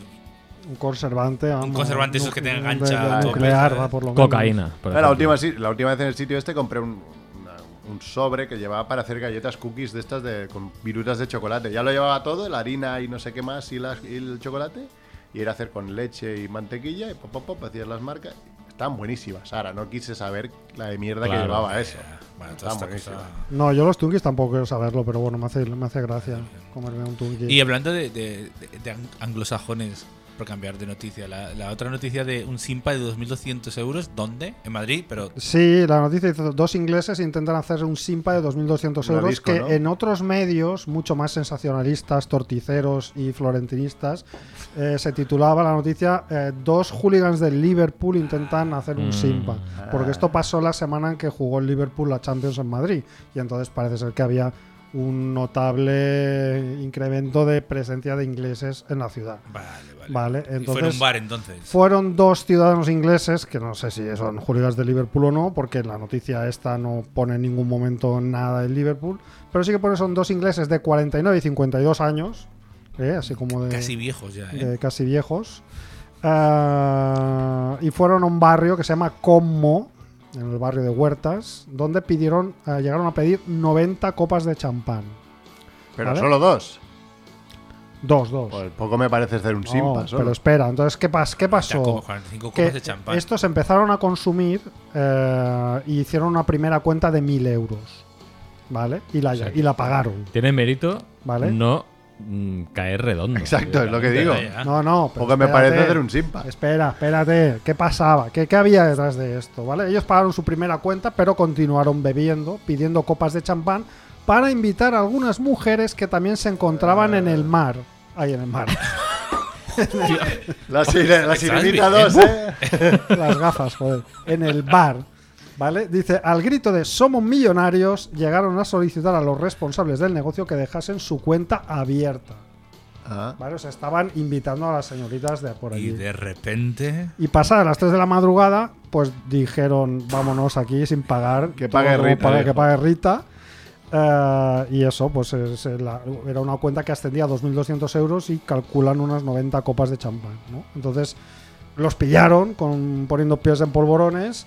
Speaker 1: Un conservante. vamos,
Speaker 2: conservante esos que te
Speaker 1: nu-
Speaker 2: engancha
Speaker 1: de- de
Speaker 2: a tope,
Speaker 1: Nuclear,
Speaker 2: ¿sabes?
Speaker 1: va por lo menos.
Speaker 3: Cocaína. por
Speaker 4: Ah, La
Speaker 3: ejemplo.
Speaker 4: última, sí- la última vez en el sitio este compré un, una- un sobre que llevaba para hacer galletas cookies de estas de, con virutas de chocolate. Ya lo llevaba todo, la harina y no sé qué más y, la- y el chocolate. Y era hacer con leche y mantequilla y pop, pop, pop, hacías las marcas. Estaban buenísimas. Ahora no quise saber la de mierda
Speaker 3: Claro.
Speaker 4: que llevaba eso.
Speaker 2: ah, Bueno, toda
Speaker 4: Está
Speaker 2: esta
Speaker 4: buenísimo.
Speaker 2: cosa.
Speaker 1: No, yo los Twinkies tampoco quiero saberlo, pero bueno, me hace, me hace gracia comerme un Twinkie.
Speaker 2: Y hablando de, de- de- de ang- anglosajones, por cambiar de noticia, la, la otra noticia de un Simpa de 2.200 euros, ¿dónde? En Madrid, pero
Speaker 1: Sí, la noticia dice dos ingleses intentan hacer un simpa de 2.200
Speaker 4: Una
Speaker 1: euros
Speaker 4: disco,
Speaker 1: que
Speaker 4: ¿no?
Speaker 1: en otros medios, mucho más sensacionalistas, torticeros y florentinistas, eh, se titulaba la noticia eh, dos hooligans del Liverpool intentan hacer un simpa. Porque esto pasó la semana en que jugó el Liverpool la Champions en Madrid y entonces parece ser que había un notable incremento de presencia de ingleses en la ciudad.
Speaker 2: vale, vale.
Speaker 1: Vale,
Speaker 2: Y fue en
Speaker 1: entonces
Speaker 2: un bar entonces.
Speaker 1: fueron dos ciudadanos ingleses, que no sé si son hooligans de Liverpool o no, porque en la noticia esta no pone en ningún momento nada de Liverpool, pero sí que pone son dos ingleses de 49 y 52 años, ¿eh? así como de
Speaker 2: Casi viejos ya, ¿eh?
Speaker 1: de casi viejos. Ah, y fueron a un barrio que se llama Como, en el barrio de Huertas, donde pidieron, ah, llegaron a pedir 90 copas de champán.
Speaker 4: Pero
Speaker 1: ¿Vale?
Speaker 4: solo dos.
Speaker 1: Dos, dos.
Speaker 4: Pues poco me parece hacer un
Speaker 1: No,
Speaker 4: simpa
Speaker 1: pero
Speaker 4: solo.
Speaker 1: espera, entonces, ¿qué, pas qué
Speaker 2: Ya
Speaker 1: pasó?
Speaker 2: como 45
Speaker 1: que
Speaker 2: copas de champán.
Speaker 1: estos empezaron a consumir eh, y hicieron una primera cuenta de 1000 euros. ¿Vale? Y la,
Speaker 3: sea que-
Speaker 1: y la pagaron.
Speaker 3: Tiene mérito
Speaker 1: Vale.
Speaker 3: no mm, caer redondo.
Speaker 4: Exacto, es lo que
Speaker 2: Ya,
Speaker 4: digo.
Speaker 2: ya.
Speaker 1: No, no. pero
Speaker 4: Poco me
Speaker 1: espérate.
Speaker 4: parece hacer un simpa.
Speaker 1: Espera, espérate. ¿Qué pasaba? ¿Qué, qué había detrás de esto? ¿Vale? Ellos pagaron su primera cuenta, pero continuaron bebiendo, pidiendo copas de champán para invitar a algunas mujeres que también se encontraban en el mar. Ahí en el mar.
Speaker 4: La, sire- la
Speaker 2: Estás
Speaker 4: sirenita
Speaker 2: bien.
Speaker 4: dos, ¿eh?
Speaker 1: las gafas, joder, en el bar. ¿Vale? Dice, al grito de somos millonarios, llegaron a solicitar a los responsables del negocio que dejasen su cuenta abierta.
Speaker 4: Ah,
Speaker 1: ¿Vale? O sea, estaban invitando a las señoritas de por
Speaker 2: Y
Speaker 1: allí.
Speaker 2: de repente.
Speaker 1: Y pasadas las 3 de la madrugada, pues dijeron, vámonos aquí sin pagar.
Speaker 4: Que
Speaker 1: Todo
Speaker 4: pague
Speaker 1: como
Speaker 4: Rita,
Speaker 1: pague-
Speaker 4: dijo.
Speaker 1: que pague Rita. Eh, y eso, pues es la- era una cuenta que ascendía a 2.200 euros y calculan unas 90 copas de champán. ¿no? Entonces los pillaron con, poniendo pies en polvorones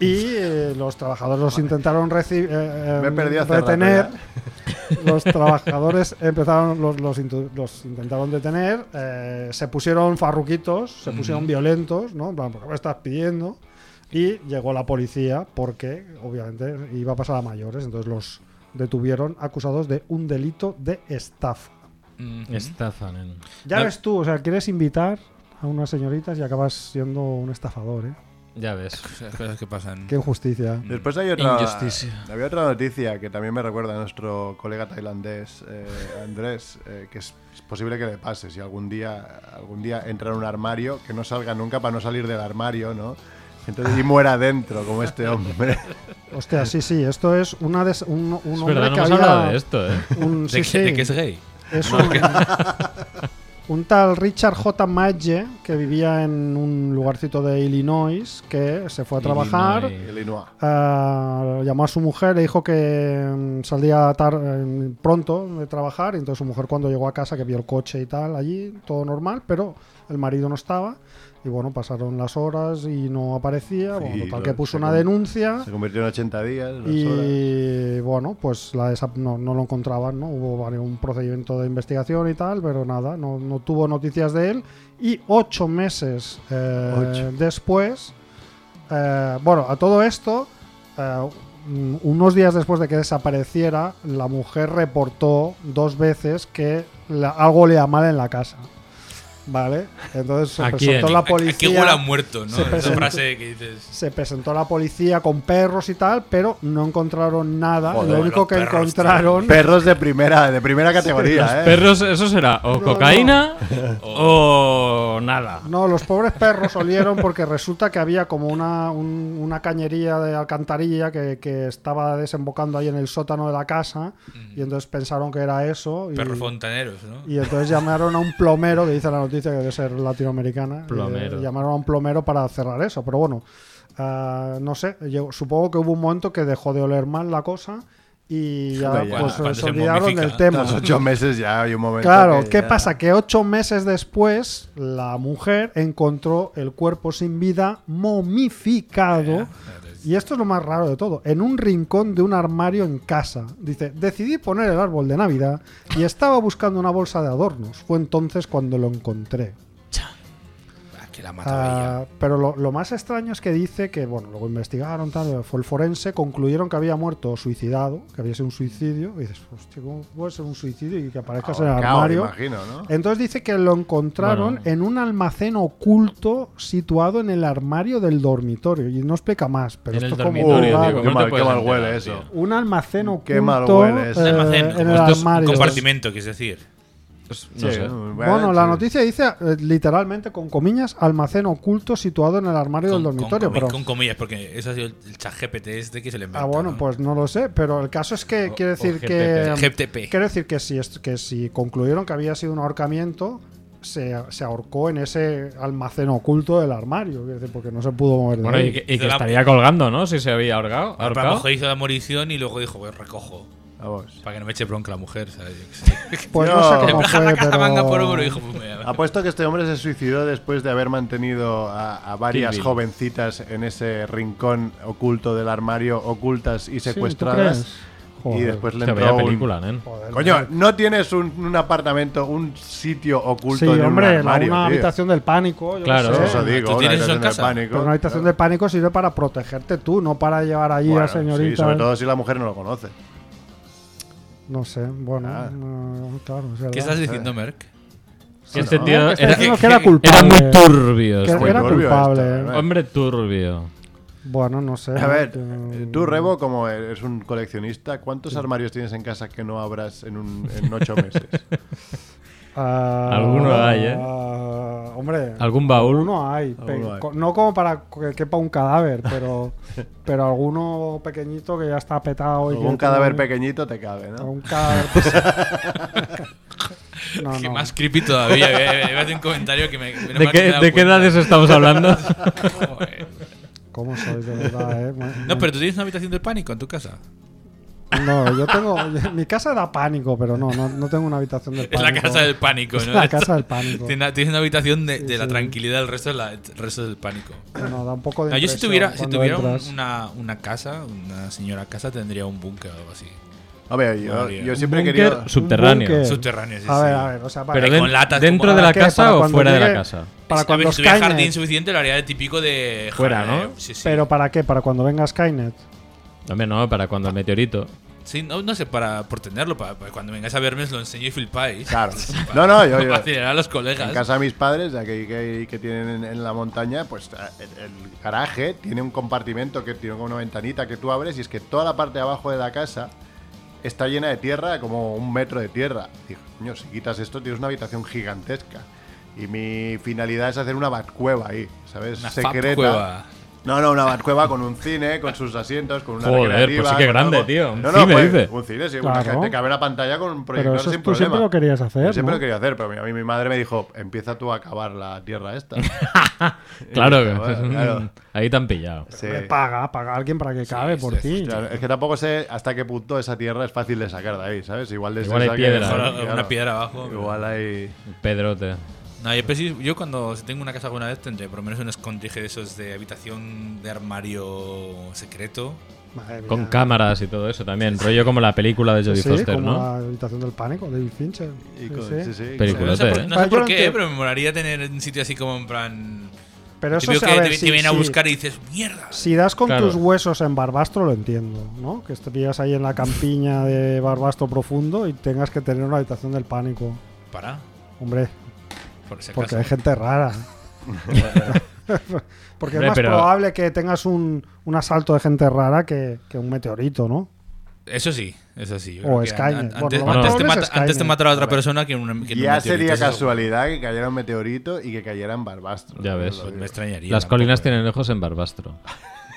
Speaker 1: y eh, los trabajadores los intentaron reci- eh, eh,
Speaker 4: Me he perdido hace rato
Speaker 1: retener.
Speaker 4: ya.
Speaker 1: Los trabajadores empezaron, los, los intu- los intentaron detener, eh, se pusieron farruquitos, se pusieron violentos, ¿no? En plan, ¿por qué me estás pidiendo? Y llegó la policía porque, obviamente, iba a pasar a mayores, entonces los detuvieron acusados de un delito de estafa.
Speaker 2: mm,
Speaker 3: Estafa, neno.
Speaker 1: Ya
Speaker 2: No.
Speaker 1: ves tú, o sea, quieres invitar a unas señoritas y acabas siendo un estafador, ¿eh?
Speaker 3: Ya ves.
Speaker 2: Esas cosas que pasan.
Speaker 1: Qué injusticia.
Speaker 4: Después hay otra,
Speaker 3: Injusticia.
Speaker 4: había otra noticia que también me recuerda a nuestro colega tailandés eh, Andrés, eh, que es posible que le pase si algún día, algún día entra en un armario, que no salga nunca para no salir del armario, ¿no? Entonces, y muera dentro, como este hombre.
Speaker 1: Hostia, sí, sí, esto es una des- un, un
Speaker 3: Es
Speaker 1: hombre
Speaker 3: verdad, no
Speaker 1: que
Speaker 3: hemos
Speaker 1: había-
Speaker 3: hablado de esto, ¿eh?
Speaker 1: un-
Speaker 2: ¿De,
Speaker 1: sí,
Speaker 2: que,
Speaker 1: sí.
Speaker 2: de que es gay?
Speaker 1: Es un, un tal Richard J. Madge que vivía en un lugarcito de Illinois que se fue a trabajar.
Speaker 3: Illinois.
Speaker 4: El Inua.
Speaker 1: ah, llamó a su mujer, le dijo que mm, salía tar- eh, pronto de trabajar. Y entonces su mujer, cuando llegó a casa, que vio el coche y tal, allí, todo normal, pero el marido no estaba. Y bueno, pasaron las horas y no aparecía. Bueno,
Speaker 4: Sí,
Speaker 1: total,
Speaker 4: lo-
Speaker 1: que puso
Speaker 4: se
Speaker 1: una
Speaker 4: com-
Speaker 1: denuncia.
Speaker 4: Se convirtió en 80 días, dos horas.
Speaker 1: Y bueno, pues la esa- no, no lo encontraban, ¿no? Hubo vari- un procedimiento de investigación y tal, pero nada, no, no tuvo noticias de él. Y ocho meses eh,
Speaker 4: Ocho.
Speaker 1: después, eh, bueno, a todo esto, eh, mm, unos días después de que desapareciera, la mujer reportó dos veces que la- algo le mal en la casa. ¿Vale? Entonces se
Speaker 3: ¿A
Speaker 1: presentó
Speaker 3: quién?
Speaker 1: la
Speaker 2: Aquí-
Speaker 1: policía.
Speaker 2: Aquí huele a muerto, ¿no?
Speaker 1: se
Speaker 2: Esa
Speaker 1: presentó-
Speaker 2: frase que dices.
Speaker 1: Se presentó la policía con perros y tal, pero no encontraron nada.
Speaker 4: Joder,
Speaker 1: Lo único
Speaker 2: los
Speaker 1: que
Speaker 2: perros, tío.
Speaker 1: encontraron.
Speaker 4: Perros de primera, de primera categoría, ¿eh?
Speaker 3: Perros, eso será o
Speaker 1: No,
Speaker 3: cocaína o nada.
Speaker 1: No, los pobres perros olieron porque resulta que había como una, un- una cañería de alcantarilla que, que estaba desembocando ahí en el sótano de la casa
Speaker 2: Mm.
Speaker 1: y entonces pensaron que era eso. Y,
Speaker 2: Perros fontaneros, ¿no?
Speaker 1: y entonces llamaron a un plomero, que dice la noticia que debe ser latinoamericana. eh,
Speaker 3: Plomero.
Speaker 1: llamaron a un plomero para cerrar eso, pero bueno, ah, no sé, yo supongo que hubo un momento que dejó de oler mal la cosa y ya
Speaker 4: Joder, ya.
Speaker 1: pues,
Speaker 2: Cuando
Speaker 1: se
Speaker 2: se
Speaker 1: olvidaron
Speaker 2: momifica.
Speaker 1: del tema.
Speaker 4: Tras ocho meses ya hay un momento.
Speaker 1: Claro,
Speaker 4: que
Speaker 1: ¿qué
Speaker 4: ya-
Speaker 1: pasa? Que ocho meses después, la mujer encontró el cuerpo sin vida, momificado. Y esto es lo más raro de todo, en un rincón de un armario en casa. Dice, decidí poner el árbol de Navidad y estaba buscando una bolsa de adornos. Fue entonces cuando lo encontré.
Speaker 2: Ah, que la
Speaker 1: Ah,
Speaker 2: mata
Speaker 1: pero lo, lo más extraño es que dice que, bueno, luego investigaron, tal, fue el forense, concluyeron que había muerto suicidado, que había sido un suicidio. Y dices, hostia, ¿cómo puede ser un suicidio y que aparezcas en el
Speaker 4: Ahorcado,
Speaker 1: armario?
Speaker 4: me imagino, ¿no?
Speaker 1: Ah. Entonces dice que lo encontraron
Speaker 3: Bueno.
Speaker 1: en un almacén oculto situado en el armario del dormitorio. Y no explica más, pero
Speaker 3: en el
Speaker 1: esto como-
Speaker 3: dormitorio,
Speaker 1: Claro.
Speaker 3: tío. ¿cómo
Speaker 4: Qué
Speaker 3: no
Speaker 4: mal-
Speaker 3: te puedes
Speaker 4: qué mal
Speaker 3: enterar,
Speaker 4: huele
Speaker 3: tío?
Speaker 4: eso.
Speaker 1: Un almacén oculto
Speaker 4: Qué mal huele eso.
Speaker 1: eh,
Speaker 2: Almacén,
Speaker 1: en
Speaker 2: como
Speaker 1: el
Speaker 2: esto es
Speaker 1: armario.
Speaker 2: Un compartimento, quieres decir.
Speaker 3: Pues, no sé.
Speaker 1: Bueno, la noticia dice eh, literalmente con comillas almacén oculto situado en el armario del dormitorio,
Speaker 2: con,
Speaker 1: pero
Speaker 2: con comillas, porque eso ha sido el- el chat GPT este que se le inventa.
Speaker 1: ah bueno,
Speaker 2: ¿no?
Speaker 1: pues no lo sé, pero el caso es que
Speaker 3: O-
Speaker 1: quiere
Speaker 3: o
Speaker 1: decir que
Speaker 3: GTP.
Speaker 2: GTP.
Speaker 1: quiere decir que si es- que si concluyeron que había sido un ahorcamiento se, se ahorcó en ese almacén oculto del armario, quiere decir, porque no se pudo mover de
Speaker 3: Bueno,
Speaker 1: ahí.
Speaker 3: y que, y
Speaker 2: Hizo
Speaker 3: que
Speaker 2: la-
Speaker 3: estaría colgando, ¿no? Si se había ahorgado.
Speaker 2: Pero la
Speaker 3: ahorcado.
Speaker 2: mujer hizo la morición y luego dijo, "Pues recojo.
Speaker 4: Vamos.
Speaker 2: Para que no me eche bronca la mujer, ¿sabes? Yo qué sé.
Speaker 1: Pues
Speaker 4: Yo-
Speaker 1: no sé
Speaker 4: Le
Speaker 2: Le
Speaker 1: cómo
Speaker 2: bajan
Speaker 1: fue,
Speaker 2: la caja por
Speaker 1: pero... Ah,
Speaker 2: oro y dijo, pues me-
Speaker 4: Apuesto que este hombre se suicidó después de haber mantenido a, a varias
Speaker 3: Kill Bill.
Speaker 4: jovencitas en ese rincón oculto del armario, ocultas y
Speaker 1: Sí, ¿tú
Speaker 4: secuestradas.
Speaker 1: crees? Joder.
Speaker 4: y después le
Speaker 3: Se veía
Speaker 4: entró un-
Speaker 3: película, nen.
Speaker 1: Joder,
Speaker 4: Coño,
Speaker 1: madre.
Speaker 4: no tienes un, un apartamento, un sitio oculto
Speaker 1: Sí,
Speaker 4: en un
Speaker 1: hombre, la-
Speaker 4: armario,
Speaker 1: una
Speaker 4: tío.
Speaker 1: habitación del pánico. yo
Speaker 3: Claro.
Speaker 1: qué sé.
Speaker 4: Eso, eso
Speaker 2: ¿Tú
Speaker 4: digo, una
Speaker 2: tienes eso en
Speaker 4: habitación del
Speaker 2: casa?
Speaker 4: pánico.
Speaker 1: Pero una habitación del pánico sirve para protegerte tú, no para llevar allí
Speaker 4: Bueno,
Speaker 1: a señorita. eh.
Speaker 4: Sí, sobre todo si la mujer no lo conoce.
Speaker 1: No sé, bueno,
Speaker 4: Ah.
Speaker 1: no, claro, es verdad.
Speaker 2: ¿Qué estás diciendo, Merck?
Speaker 3: Que este
Speaker 4: no,
Speaker 3: tío
Speaker 1: Que está
Speaker 3: era,
Speaker 1: diciendo
Speaker 2: que-
Speaker 1: que era
Speaker 2: que-
Speaker 3: era
Speaker 1: culpable.
Speaker 3: muy turbio.
Speaker 1: Que
Speaker 3: este
Speaker 4: muy
Speaker 1: era
Speaker 3: tío.
Speaker 4: turbio
Speaker 1: culpable. ¿eh?
Speaker 4: esto, ¿eh? ¿verdad?
Speaker 3: Hombre turbio.
Speaker 1: Bueno, no sé.
Speaker 4: A ver,
Speaker 1: eh,
Speaker 4: tú, Rebo, como eres un coleccionista, ¿cuántos armarios tienes en casa que no abras en, un, en ocho meses?
Speaker 1: ah,
Speaker 3: Alguno hay, ¿eh?
Speaker 1: ah, Hombre,
Speaker 3: ¿Algún baúl?
Speaker 1: alguno hay. pe-
Speaker 4: Alguno hay.
Speaker 1: co- No como para que quepa un cadáver, pero, pero alguno pequeñito que ya está petado. y que
Speaker 4: Con un
Speaker 1: tiene-
Speaker 4: cadáver pequeñito te cabe, ¿no?
Speaker 1: Algún cadáver pesado. no,
Speaker 2: Que
Speaker 1: no.
Speaker 2: más creepy todavía. eh, eh, Me hace un comentario que me. menos
Speaker 3: ¿De
Speaker 2: mal
Speaker 3: qué,
Speaker 2: que me he dado
Speaker 3: de qué
Speaker 2: cuenta.
Speaker 3: edades estamos hablando?
Speaker 2: Joder.
Speaker 1: ¿Cómo sois de verdad, eh? Bueno,
Speaker 2: No, pero tú tienes una habitación del pánico en tu casa.
Speaker 1: No, yo tengo. Mi casa da pánico, pero no, no, no tengo una habitación del
Speaker 2: Es
Speaker 1: pánico.
Speaker 2: la casa del pánico,
Speaker 1: Es
Speaker 2: ¿no?
Speaker 1: la casa del pánico.
Speaker 2: Tienes una- tienes una habitación de,
Speaker 1: Sí,
Speaker 2: de la
Speaker 1: sí.
Speaker 2: tranquilidad, el resto, es la- el resto es del pánico.
Speaker 1: No, da un poco de.
Speaker 2: No, yo si
Speaker 1: impresión
Speaker 2: tuviera, si
Speaker 1: cuando
Speaker 2: tuviera un-
Speaker 1: entras.
Speaker 2: una, una casa, una señora casa, tendría un búnker o algo así.
Speaker 4: A ver, yo,
Speaker 2: Madre.
Speaker 4: yo siempre he
Speaker 3: Búnker
Speaker 4: querido...
Speaker 3: subterráneo.
Speaker 1: búnker.
Speaker 2: Subterráneo, sí,
Speaker 1: A
Speaker 2: sí.
Speaker 1: ver, a ver, o sea, para-
Speaker 3: Pero
Speaker 2: Con
Speaker 3: den-
Speaker 2: latas
Speaker 3: dentro
Speaker 2: como-
Speaker 3: de la
Speaker 1: ¿Para qué?
Speaker 3: casa
Speaker 1: Para
Speaker 3: o
Speaker 1: cuando
Speaker 3: fuera de la
Speaker 1: llegue-
Speaker 3: casa.
Speaker 1: Para
Speaker 2: A
Speaker 1: cuando
Speaker 2: ver, si tuviera
Speaker 1: Skynet-
Speaker 2: jardín suficiente, lo haría de típico de.
Speaker 3: Fuera,
Speaker 2: jaleo.
Speaker 3: ¿no?
Speaker 2: Sí, sí.
Speaker 1: Pero para qué? Para cuando venga Skynet.
Speaker 3: Hombre, no, para cuando el meteorito.
Speaker 2: Sí, no, no sé, para, por tenerlo, para, para cuando vengáis a verme os lo enseño y flipáis.
Speaker 4: Claro.
Speaker 2: Para-
Speaker 4: No, no, yo... yo-
Speaker 2: Para acelerar a los colegas.
Speaker 4: En casa de mis padres, aquí que, que tienen en, en la montaña, pues a- el, el garaje tiene un compartimento que tiene como una ventanita que tú abres y es que toda la parte de abajo de la casa está llena de tierra, como un metro de tierra. Digo, coño, si quitas esto tienes una habitación gigantesca. Y mi finalidad es hacer una batcueva ahí, ¿sabes?
Speaker 2: Una
Speaker 4: Secreta.
Speaker 2: fabcueva.
Speaker 4: No, no, una batcueva con un cine, con sus asientos, con una
Speaker 3: Joder,
Speaker 4: recreativa,
Speaker 3: pues sí que
Speaker 4: con
Speaker 3: grande,
Speaker 4: algo.
Speaker 3: tío, un
Speaker 4: no, no,
Speaker 3: cine,
Speaker 4: pues,
Speaker 3: dice.
Speaker 4: un cine, sí,
Speaker 1: Claro.
Speaker 4: una gente cabe la pantalla con un proyector
Speaker 1: Pero eso
Speaker 4: sin
Speaker 1: tú
Speaker 4: problema.
Speaker 1: siempre lo querías
Speaker 4: Yo
Speaker 1: hacer.
Speaker 4: siempre
Speaker 1: ¿no?
Speaker 4: lo quería hacer, pero a mí mi madre me dijo, empieza tú a acabar la tierra esta.
Speaker 3: Claro,
Speaker 4: Bueno,
Speaker 3: que-
Speaker 4: claro.
Speaker 3: ahí te han pillado.
Speaker 4: Sí.
Speaker 1: Hombre, Paga, paga a alguien para que cabe por
Speaker 2: sí,
Speaker 1: ti.
Speaker 4: Claro, es que tampoco sé hasta qué punto esa tierra es fácil de sacar de ahí, ¿sabes? Igual desde
Speaker 3: Igual hay
Speaker 4: esa que-
Speaker 3: piedra,
Speaker 2: Mejor
Speaker 3: Claro,
Speaker 2: alguna piedra abajo.
Speaker 4: Igual hay...
Speaker 3: Pedrote.
Speaker 2: No, yo, pues, yo cuando si tengo una casa alguna vez tendré por lo menos un escondrige de esos de habitación de armario secreto.
Speaker 1: Madre mía.
Speaker 3: Con cámaras y todo eso también. Rollo como la película de Jodie
Speaker 1: Sí,
Speaker 3: Foster,
Speaker 1: como
Speaker 3: ¿no?
Speaker 1: la habitación del pánico, David Fincher.
Speaker 4: y
Speaker 1: Sí,
Speaker 4: con-
Speaker 1: sí.
Speaker 4: sí, sí,
Speaker 3: Película.
Speaker 2: no sé
Speaker 3: Culote,
Speaker 2: por,
Speaker 3: ¿eh?
Speaker 2: no sé por
Speaker 1: Yo
Speaker 2: qué,
Speaker 1: entiendo.
Speaker 2: pero me molaría tener un sitio así como en plan
Speaker 1: Pero eso se-
Speaker 2: Típico
Speaker 1: a
Speaker 2: que
Speaker 1: ver,
Speaker 2: te,
Speaker 1: si-
Speaker 2: te vienen a
Speaker 1: si-
Speaker 2: buscar y dices, mierda.
Speaker 1: Si das con
Speaker 3: Claro.
Speaker 1: tus huesos en Barbastro, lo entiendo, ¿no? Que te pillas ahí en la campiña de Barbastro profundo y tengas que tener una habitación del pánico.
Speaker 2: Para,
Speaker 1: Hombre,
Speaker 2: por si
Speaker 1: porque
Speaker 2: acaso.
Speaker 1: hay gente rara. porque
Speaker 3: Hombre,
Speaker 1: es más
Speaker 3: pero-
Speaker 1: probable que tengas un, un asalto de gente rara que, que un meteorito, ¿no?
Speaker 2: Eso sí, eso sí. yo
Speaker 1: O
Speaker 2: creo que
Speaker 1: Skynet.
Speaker 2: an-
Speaker 1: Bueno,
Speaker 2: Antes,
Speaker 1: lo
Speaker 3: más
Speaker 2: antes te
Speaker 1: probable es
Speaker 2: mata- antes te
Speaker 1: Skynet.
Speaker 2: matará a otra persona que un, que un
Speaker 4: Ya
Speaker 2: meteorito,
Speaker 4: sería
Speaker 2: eso-
Speaker 4: casualidad que cayera un meteorito y que cayera en Barbastro.
Speaker 3: Ya ves.
Speaker 2: Pues me extrañaría.
Speaker 3: Las
Speaker 2: tampoco,
Speaker 3: colinas
Speaker 2: ¿eh?
Speaker 3: tienen ojos en Barbastro.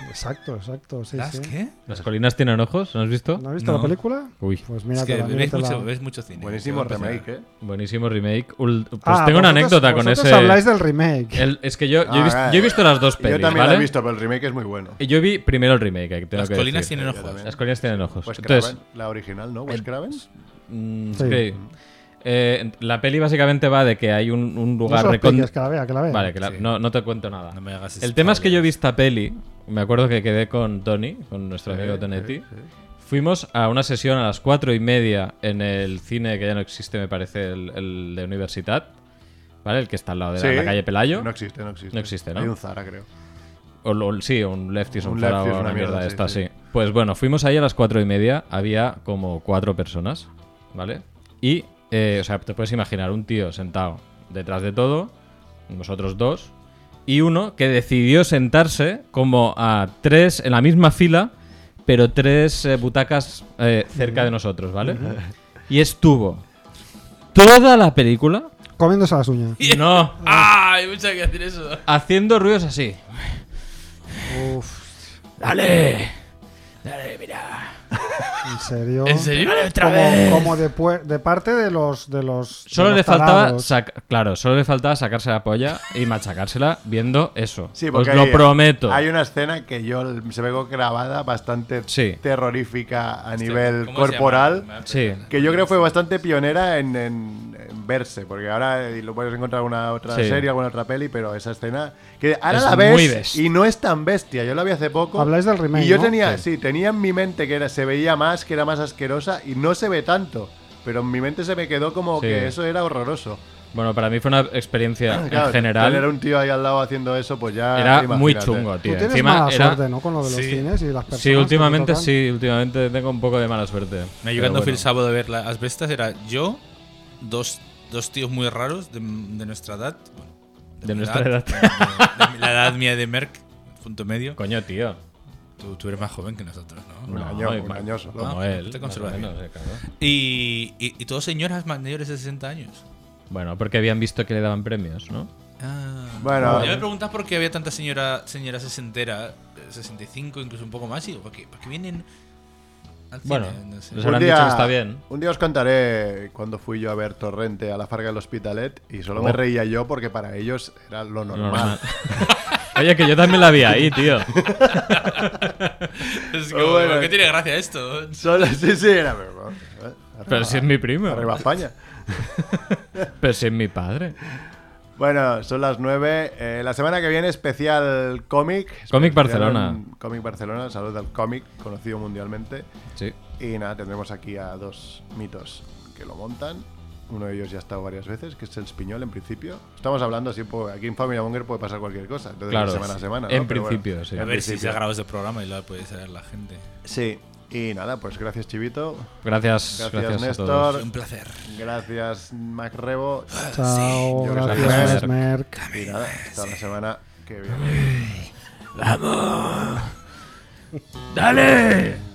Speaker 1: Exacto, exacto. Sí,
Speaker 2: ¿Las
Speaker 1: sí.
Speaker 2: qué?
Speaker 3: ¿Las colinas tienen ojos? ¿No has visto?
Speaker 1: ¿No has visto la
Speaker 2: No.
Speaker 1: película?
Speaker 3: Uy.
Speaker 1: Pues
Speaker 2: Es que
Speaker 1: míratela,
Speaker 2: ves
Speaker 1: míratela.
Speaker 2: mucho, ves mucho cine. pues,
Speaker 4: Buenísimo
Speaker 2: Te va a
Speaker 4: remake,
Speaker 2: impresionar.
Speaker 4: ¿eh?
Speaker 3: Buenísimo remake. Ul- Pues
Speaker 1: Ah,
Speaker 3: tengo
Speaker 1: vosotros-
Speaker 3: una anécdota con
Speaker 1: vosotros
Speaker 3: ese.
Speaker 1: habláis del remake.
Speaker 3: el- es que yo, yo he
Speaker 4: Ah,
Speaker 3: visto,
Speaker 4: vale.
Speaker 3: yo he visto las dos pelis.
Speaker 4: Yo también lo
Speaker 3: ¿vale?
Speaker 4: he visto, pero el remake es muy bueno.
Speaker 3: Yo vi primero el remake. que tengo
Speaker 2: Las
Speaker 3: que
Speaker 2: colinas
Speaker 3: decir.
Speaker 2: tienen
Speaker 4: Yo
Speaker 2: ojos.
Speaker 4: también.
Speaker 3: Las colinas tienen ojos.
Speaker 4: Wes
Speaker 3: pues, Entonces, eh,
Speaker 4: Craven, la original, ¿no? Wes Craven.
Speaker 3: mm,
Speaker 1: Sí.
Speaker 3: ok. Eh, la peli básicamente va de que hay un, un
Speaker 1: No
Speaker 3: lugar
Speaker 1: se lo
Speaker 3: recon-
Speaker 1: expliques, que la vea, que la vea.
Speaker 3: Vale, claro,
Speaker 2: Sí.
Speaker 3: no, no te cuento nada.
Speaker 2: No me hagas
Speaker 3: el tema es que
Speaker 2: spoilers.
Speaker 3: yo vi esta peli, me acuerdo que quedé con Tony, con nuestro amigo Tonetti. Fuimos a una sesión a las cuatro y media en el cine que ya no existe, me parece, el, el de Universidad, ¿vale? El que está al lado de la-
Speaker 4: Sí.
Speaker 3: la calle Pelayo.
Speaker 4: No existe, no existe.
Speaker 3: No existe, ¿no?
Speaker 4: Hay un Zara, creo.
Speaker 3: O, lo- sí, un leftis, un,
Speaker 4: Un
Speaker 3: Zara,
Speaker 4: lefties,
Speaker 3: una, mierda de
Speaker 4: sí,
Speaker 3: esta, sí.
Speaker 4: sí.
Speaker 3: Pues bueno, fuimos ahí a las cuatro y media, había como cuatro personas, ¿vale? Y, eh, o sea, te puedes imaginar un tío sentado detrás de todo, nosotros dos, y uno que decidió sentarse como a tres, en la misma fila, pero tres eh, butacas eh, cerca de nosotros, ¿vale? Y estuvo toda la película,
Speaker 1: Comiéndose las uñas.
Speaker 3: no,
Speaker 2: ¡Ah! Hay mucho que hacer eso.
Speaker 3: haciendo ruidos así.
Speaker 1: Uf,
Speaker 3: ¡Dale!
Speaker 1: ¿en serio?
Speaker 2: ¿En serio? otra
Speaker 1: Como, como de, pue- de parte de los. De los de
Speaker 3: Solo
Speaker 1: los
Speaker 3: le faltaba
Speaker 1: tarados.
Speaker 3: sac- claro, solo le faltaba sacarse la polla y machacársela viendo eso.
Speaker 4: Sí,
Speaker 3: Os
Speaker 4: porque
Speaker 3: lo
Speaker 4: hay-
Speaker 3: prometo.
Speaker 4: Hay una escena que yo l- se veo grabada bastante
Speaker 3: Sí.
Speaker 4: terrorífica a
Speaker 2: ¿Cómo
Speaker 4: nivel
Speaker 2: se llama? Me
Speaker 4: corporal.
Speaker 2: da
Speaker 3: Sí.
Speaker 2: pena.
Speaker 4: Que yo creo fue bastante pionera en, en- en verse, porque ahora eh, lo puedes encontrar en alguna otra
Speaker 3: Sí.
Speaker 4: serie, alguna otra peli, pero esa escena que ahora
Speaker 3: Es
Speaker 4: la
Speaker 3: muy
Speaker 4: ves
Speaker 3: best.
Speaker 4: y no es tan bestia. Yo la vi hace poco.
Speaker 1: Habláis del remake,
Speaker 4: Y yo
Speaker 1: ¿no?
Speaker 4: tenía, sí. tenía en mi mente que era, se veía más, que era más asquerosa y no se ve tanto, pero en mi mente se me quedó como
Speaker 3: Sí.
Speaker 4: que eso era horroroso.
Speaker 3: Bueno, para mí fue una experiencia
Speaker 4: Claro,
Speaker 3: en general.
Speaker 4: Tener un tío ahí al lado haciendo eso, pues ya.
Speaker 3: Era
Speaker 4: imagínate.
Speaker 3: muy chungo,
Speaker 1: Tú
Speaker 3: tío.
Speaker 1: tienes
Speaker 3: Encima
Speaker 1: mala
Speaker 3: era-
Speaker 1: suerte, ¿no? Con lo de los
Speaker 2: Sí.
Speaker 1: cines y las personas.
Speaker 3: Sí,
Speaker 1: que te
Speaker 3: últimamente
Speaker 1: tocan.
Speaker 3: sí, últimamente tengo un poco de mala suerte.
Speaker 2: Me
Speaker 3: Pero
Speaker 2: ayudando fui
Speaker 3: bueno.
Speaker 2: el sábado a ver las asbestas. Era yo, dos, dos tíos muy raros de, de nuestra edad. bueno,
Speaker 3: De
Speaker 2: mi
Speaker 3: nuestra
Speaker 2: de- de mi- la edad mía de Merck, punto medio.
Speaker 3: Coño, tío.
Speaker 2: Tú, tú eres más joven que nosotros, ¿no?
Speaker 4: Un año,
Speaker 3: ay,
Speaker 4: un
Speaker 3: ma-
Speaker 4: año solo.
Speaker 3: Como
Speaker 2: Ah,
Speaker 3: él.
Speaker 2: te
Speaker 3: más o
Speaker 2: conservas
Speaker 3: menos, eh, claro.
Speaker 2: Y, y, y todos señoras mayores de 60 años.
Speaker 3: Bueno, porque habían visto que le daban premios, ¿no?
Speaker 2: Ah.
Speaker 4: Bueno.
Speaker 2: Yo me preguntas por qué había tanta señora, señora sesentera, eh, 65, incluso un poco más. Y digo, ¿por qué, por qué vienen al cine?
Speaker 3: Bueno,
Speaker 2: No sé.
Speaker 3: les habrán dicho que está bien.
Speaker 4: un día os contaré cuando fui yo a ver Torrente a la Farga del Hospitalet y solo me
Speaker 3: Oh.
Speaker 4: reía yo porque para ellos era lo normal.
Speaker 3: Normal. Oye, que yo también la vi ahí, tío.
Speaker 2: Es como,
Speaker 4: Bueno.
Speaker 2: ¿por qué tiene gracia esto?
Speaker 4: Solo, sí, sí, era. Pero, ¿eh?
Speaker 3: Pero si es mi primo.
Speaker 4: Arriba España.
Speaker 3: Pero si es mi padre.
Speaker 4: Bueno, son las 9. Eh, la semana que viene, especial cómic.
Speaker 3: Cómic
Speaker 4: Especial
Speaker 3: Barcelona.
Speaker 4: en Cómic Barcelona, salud al cómic, conocido mundialmente.
Speaker 3: Sí.
Speaker 4: Y nada, tendremos aquí a dos mitos que lo montan. Uno de ellos ya ha estado varias veces, que es el Espiñol en principio. Estamos hablando así, pues, aquí en Familia Monger puede pasar cualquier cosa, entonces
Speaker 3: Claro,
Speaker 4: semana a semana. ¿no?
Speaker 3: en
Speaker 4: Pero
Speaker 3: principio, sí.
Speaker 2: A
Speaker 4: en
Speaker 2: ver si se
Speaker 4: principio.
Speaker 2: ha grabado este programa y lo puede saber la gente.
Speaker 4: Sí, y nada, pues gracias Chivito,
Speaker 3: Gracias,
Speaker 4: gracias,
Speaker 3: Pues gracias, a todos.
Speaker 4: Néstor,
Speaker 2: Un placer.
Speaker 4: gracias Mac Rebo.
Speaker 1: Chao,
Speaker 4: yo creo que
Speaker 1: gracias,
Speaker 3: sí.
Speaker 1: Merck.
Speaker 4: Y nada, hasta la semana que viene.
Speaker 3: ¡Dale!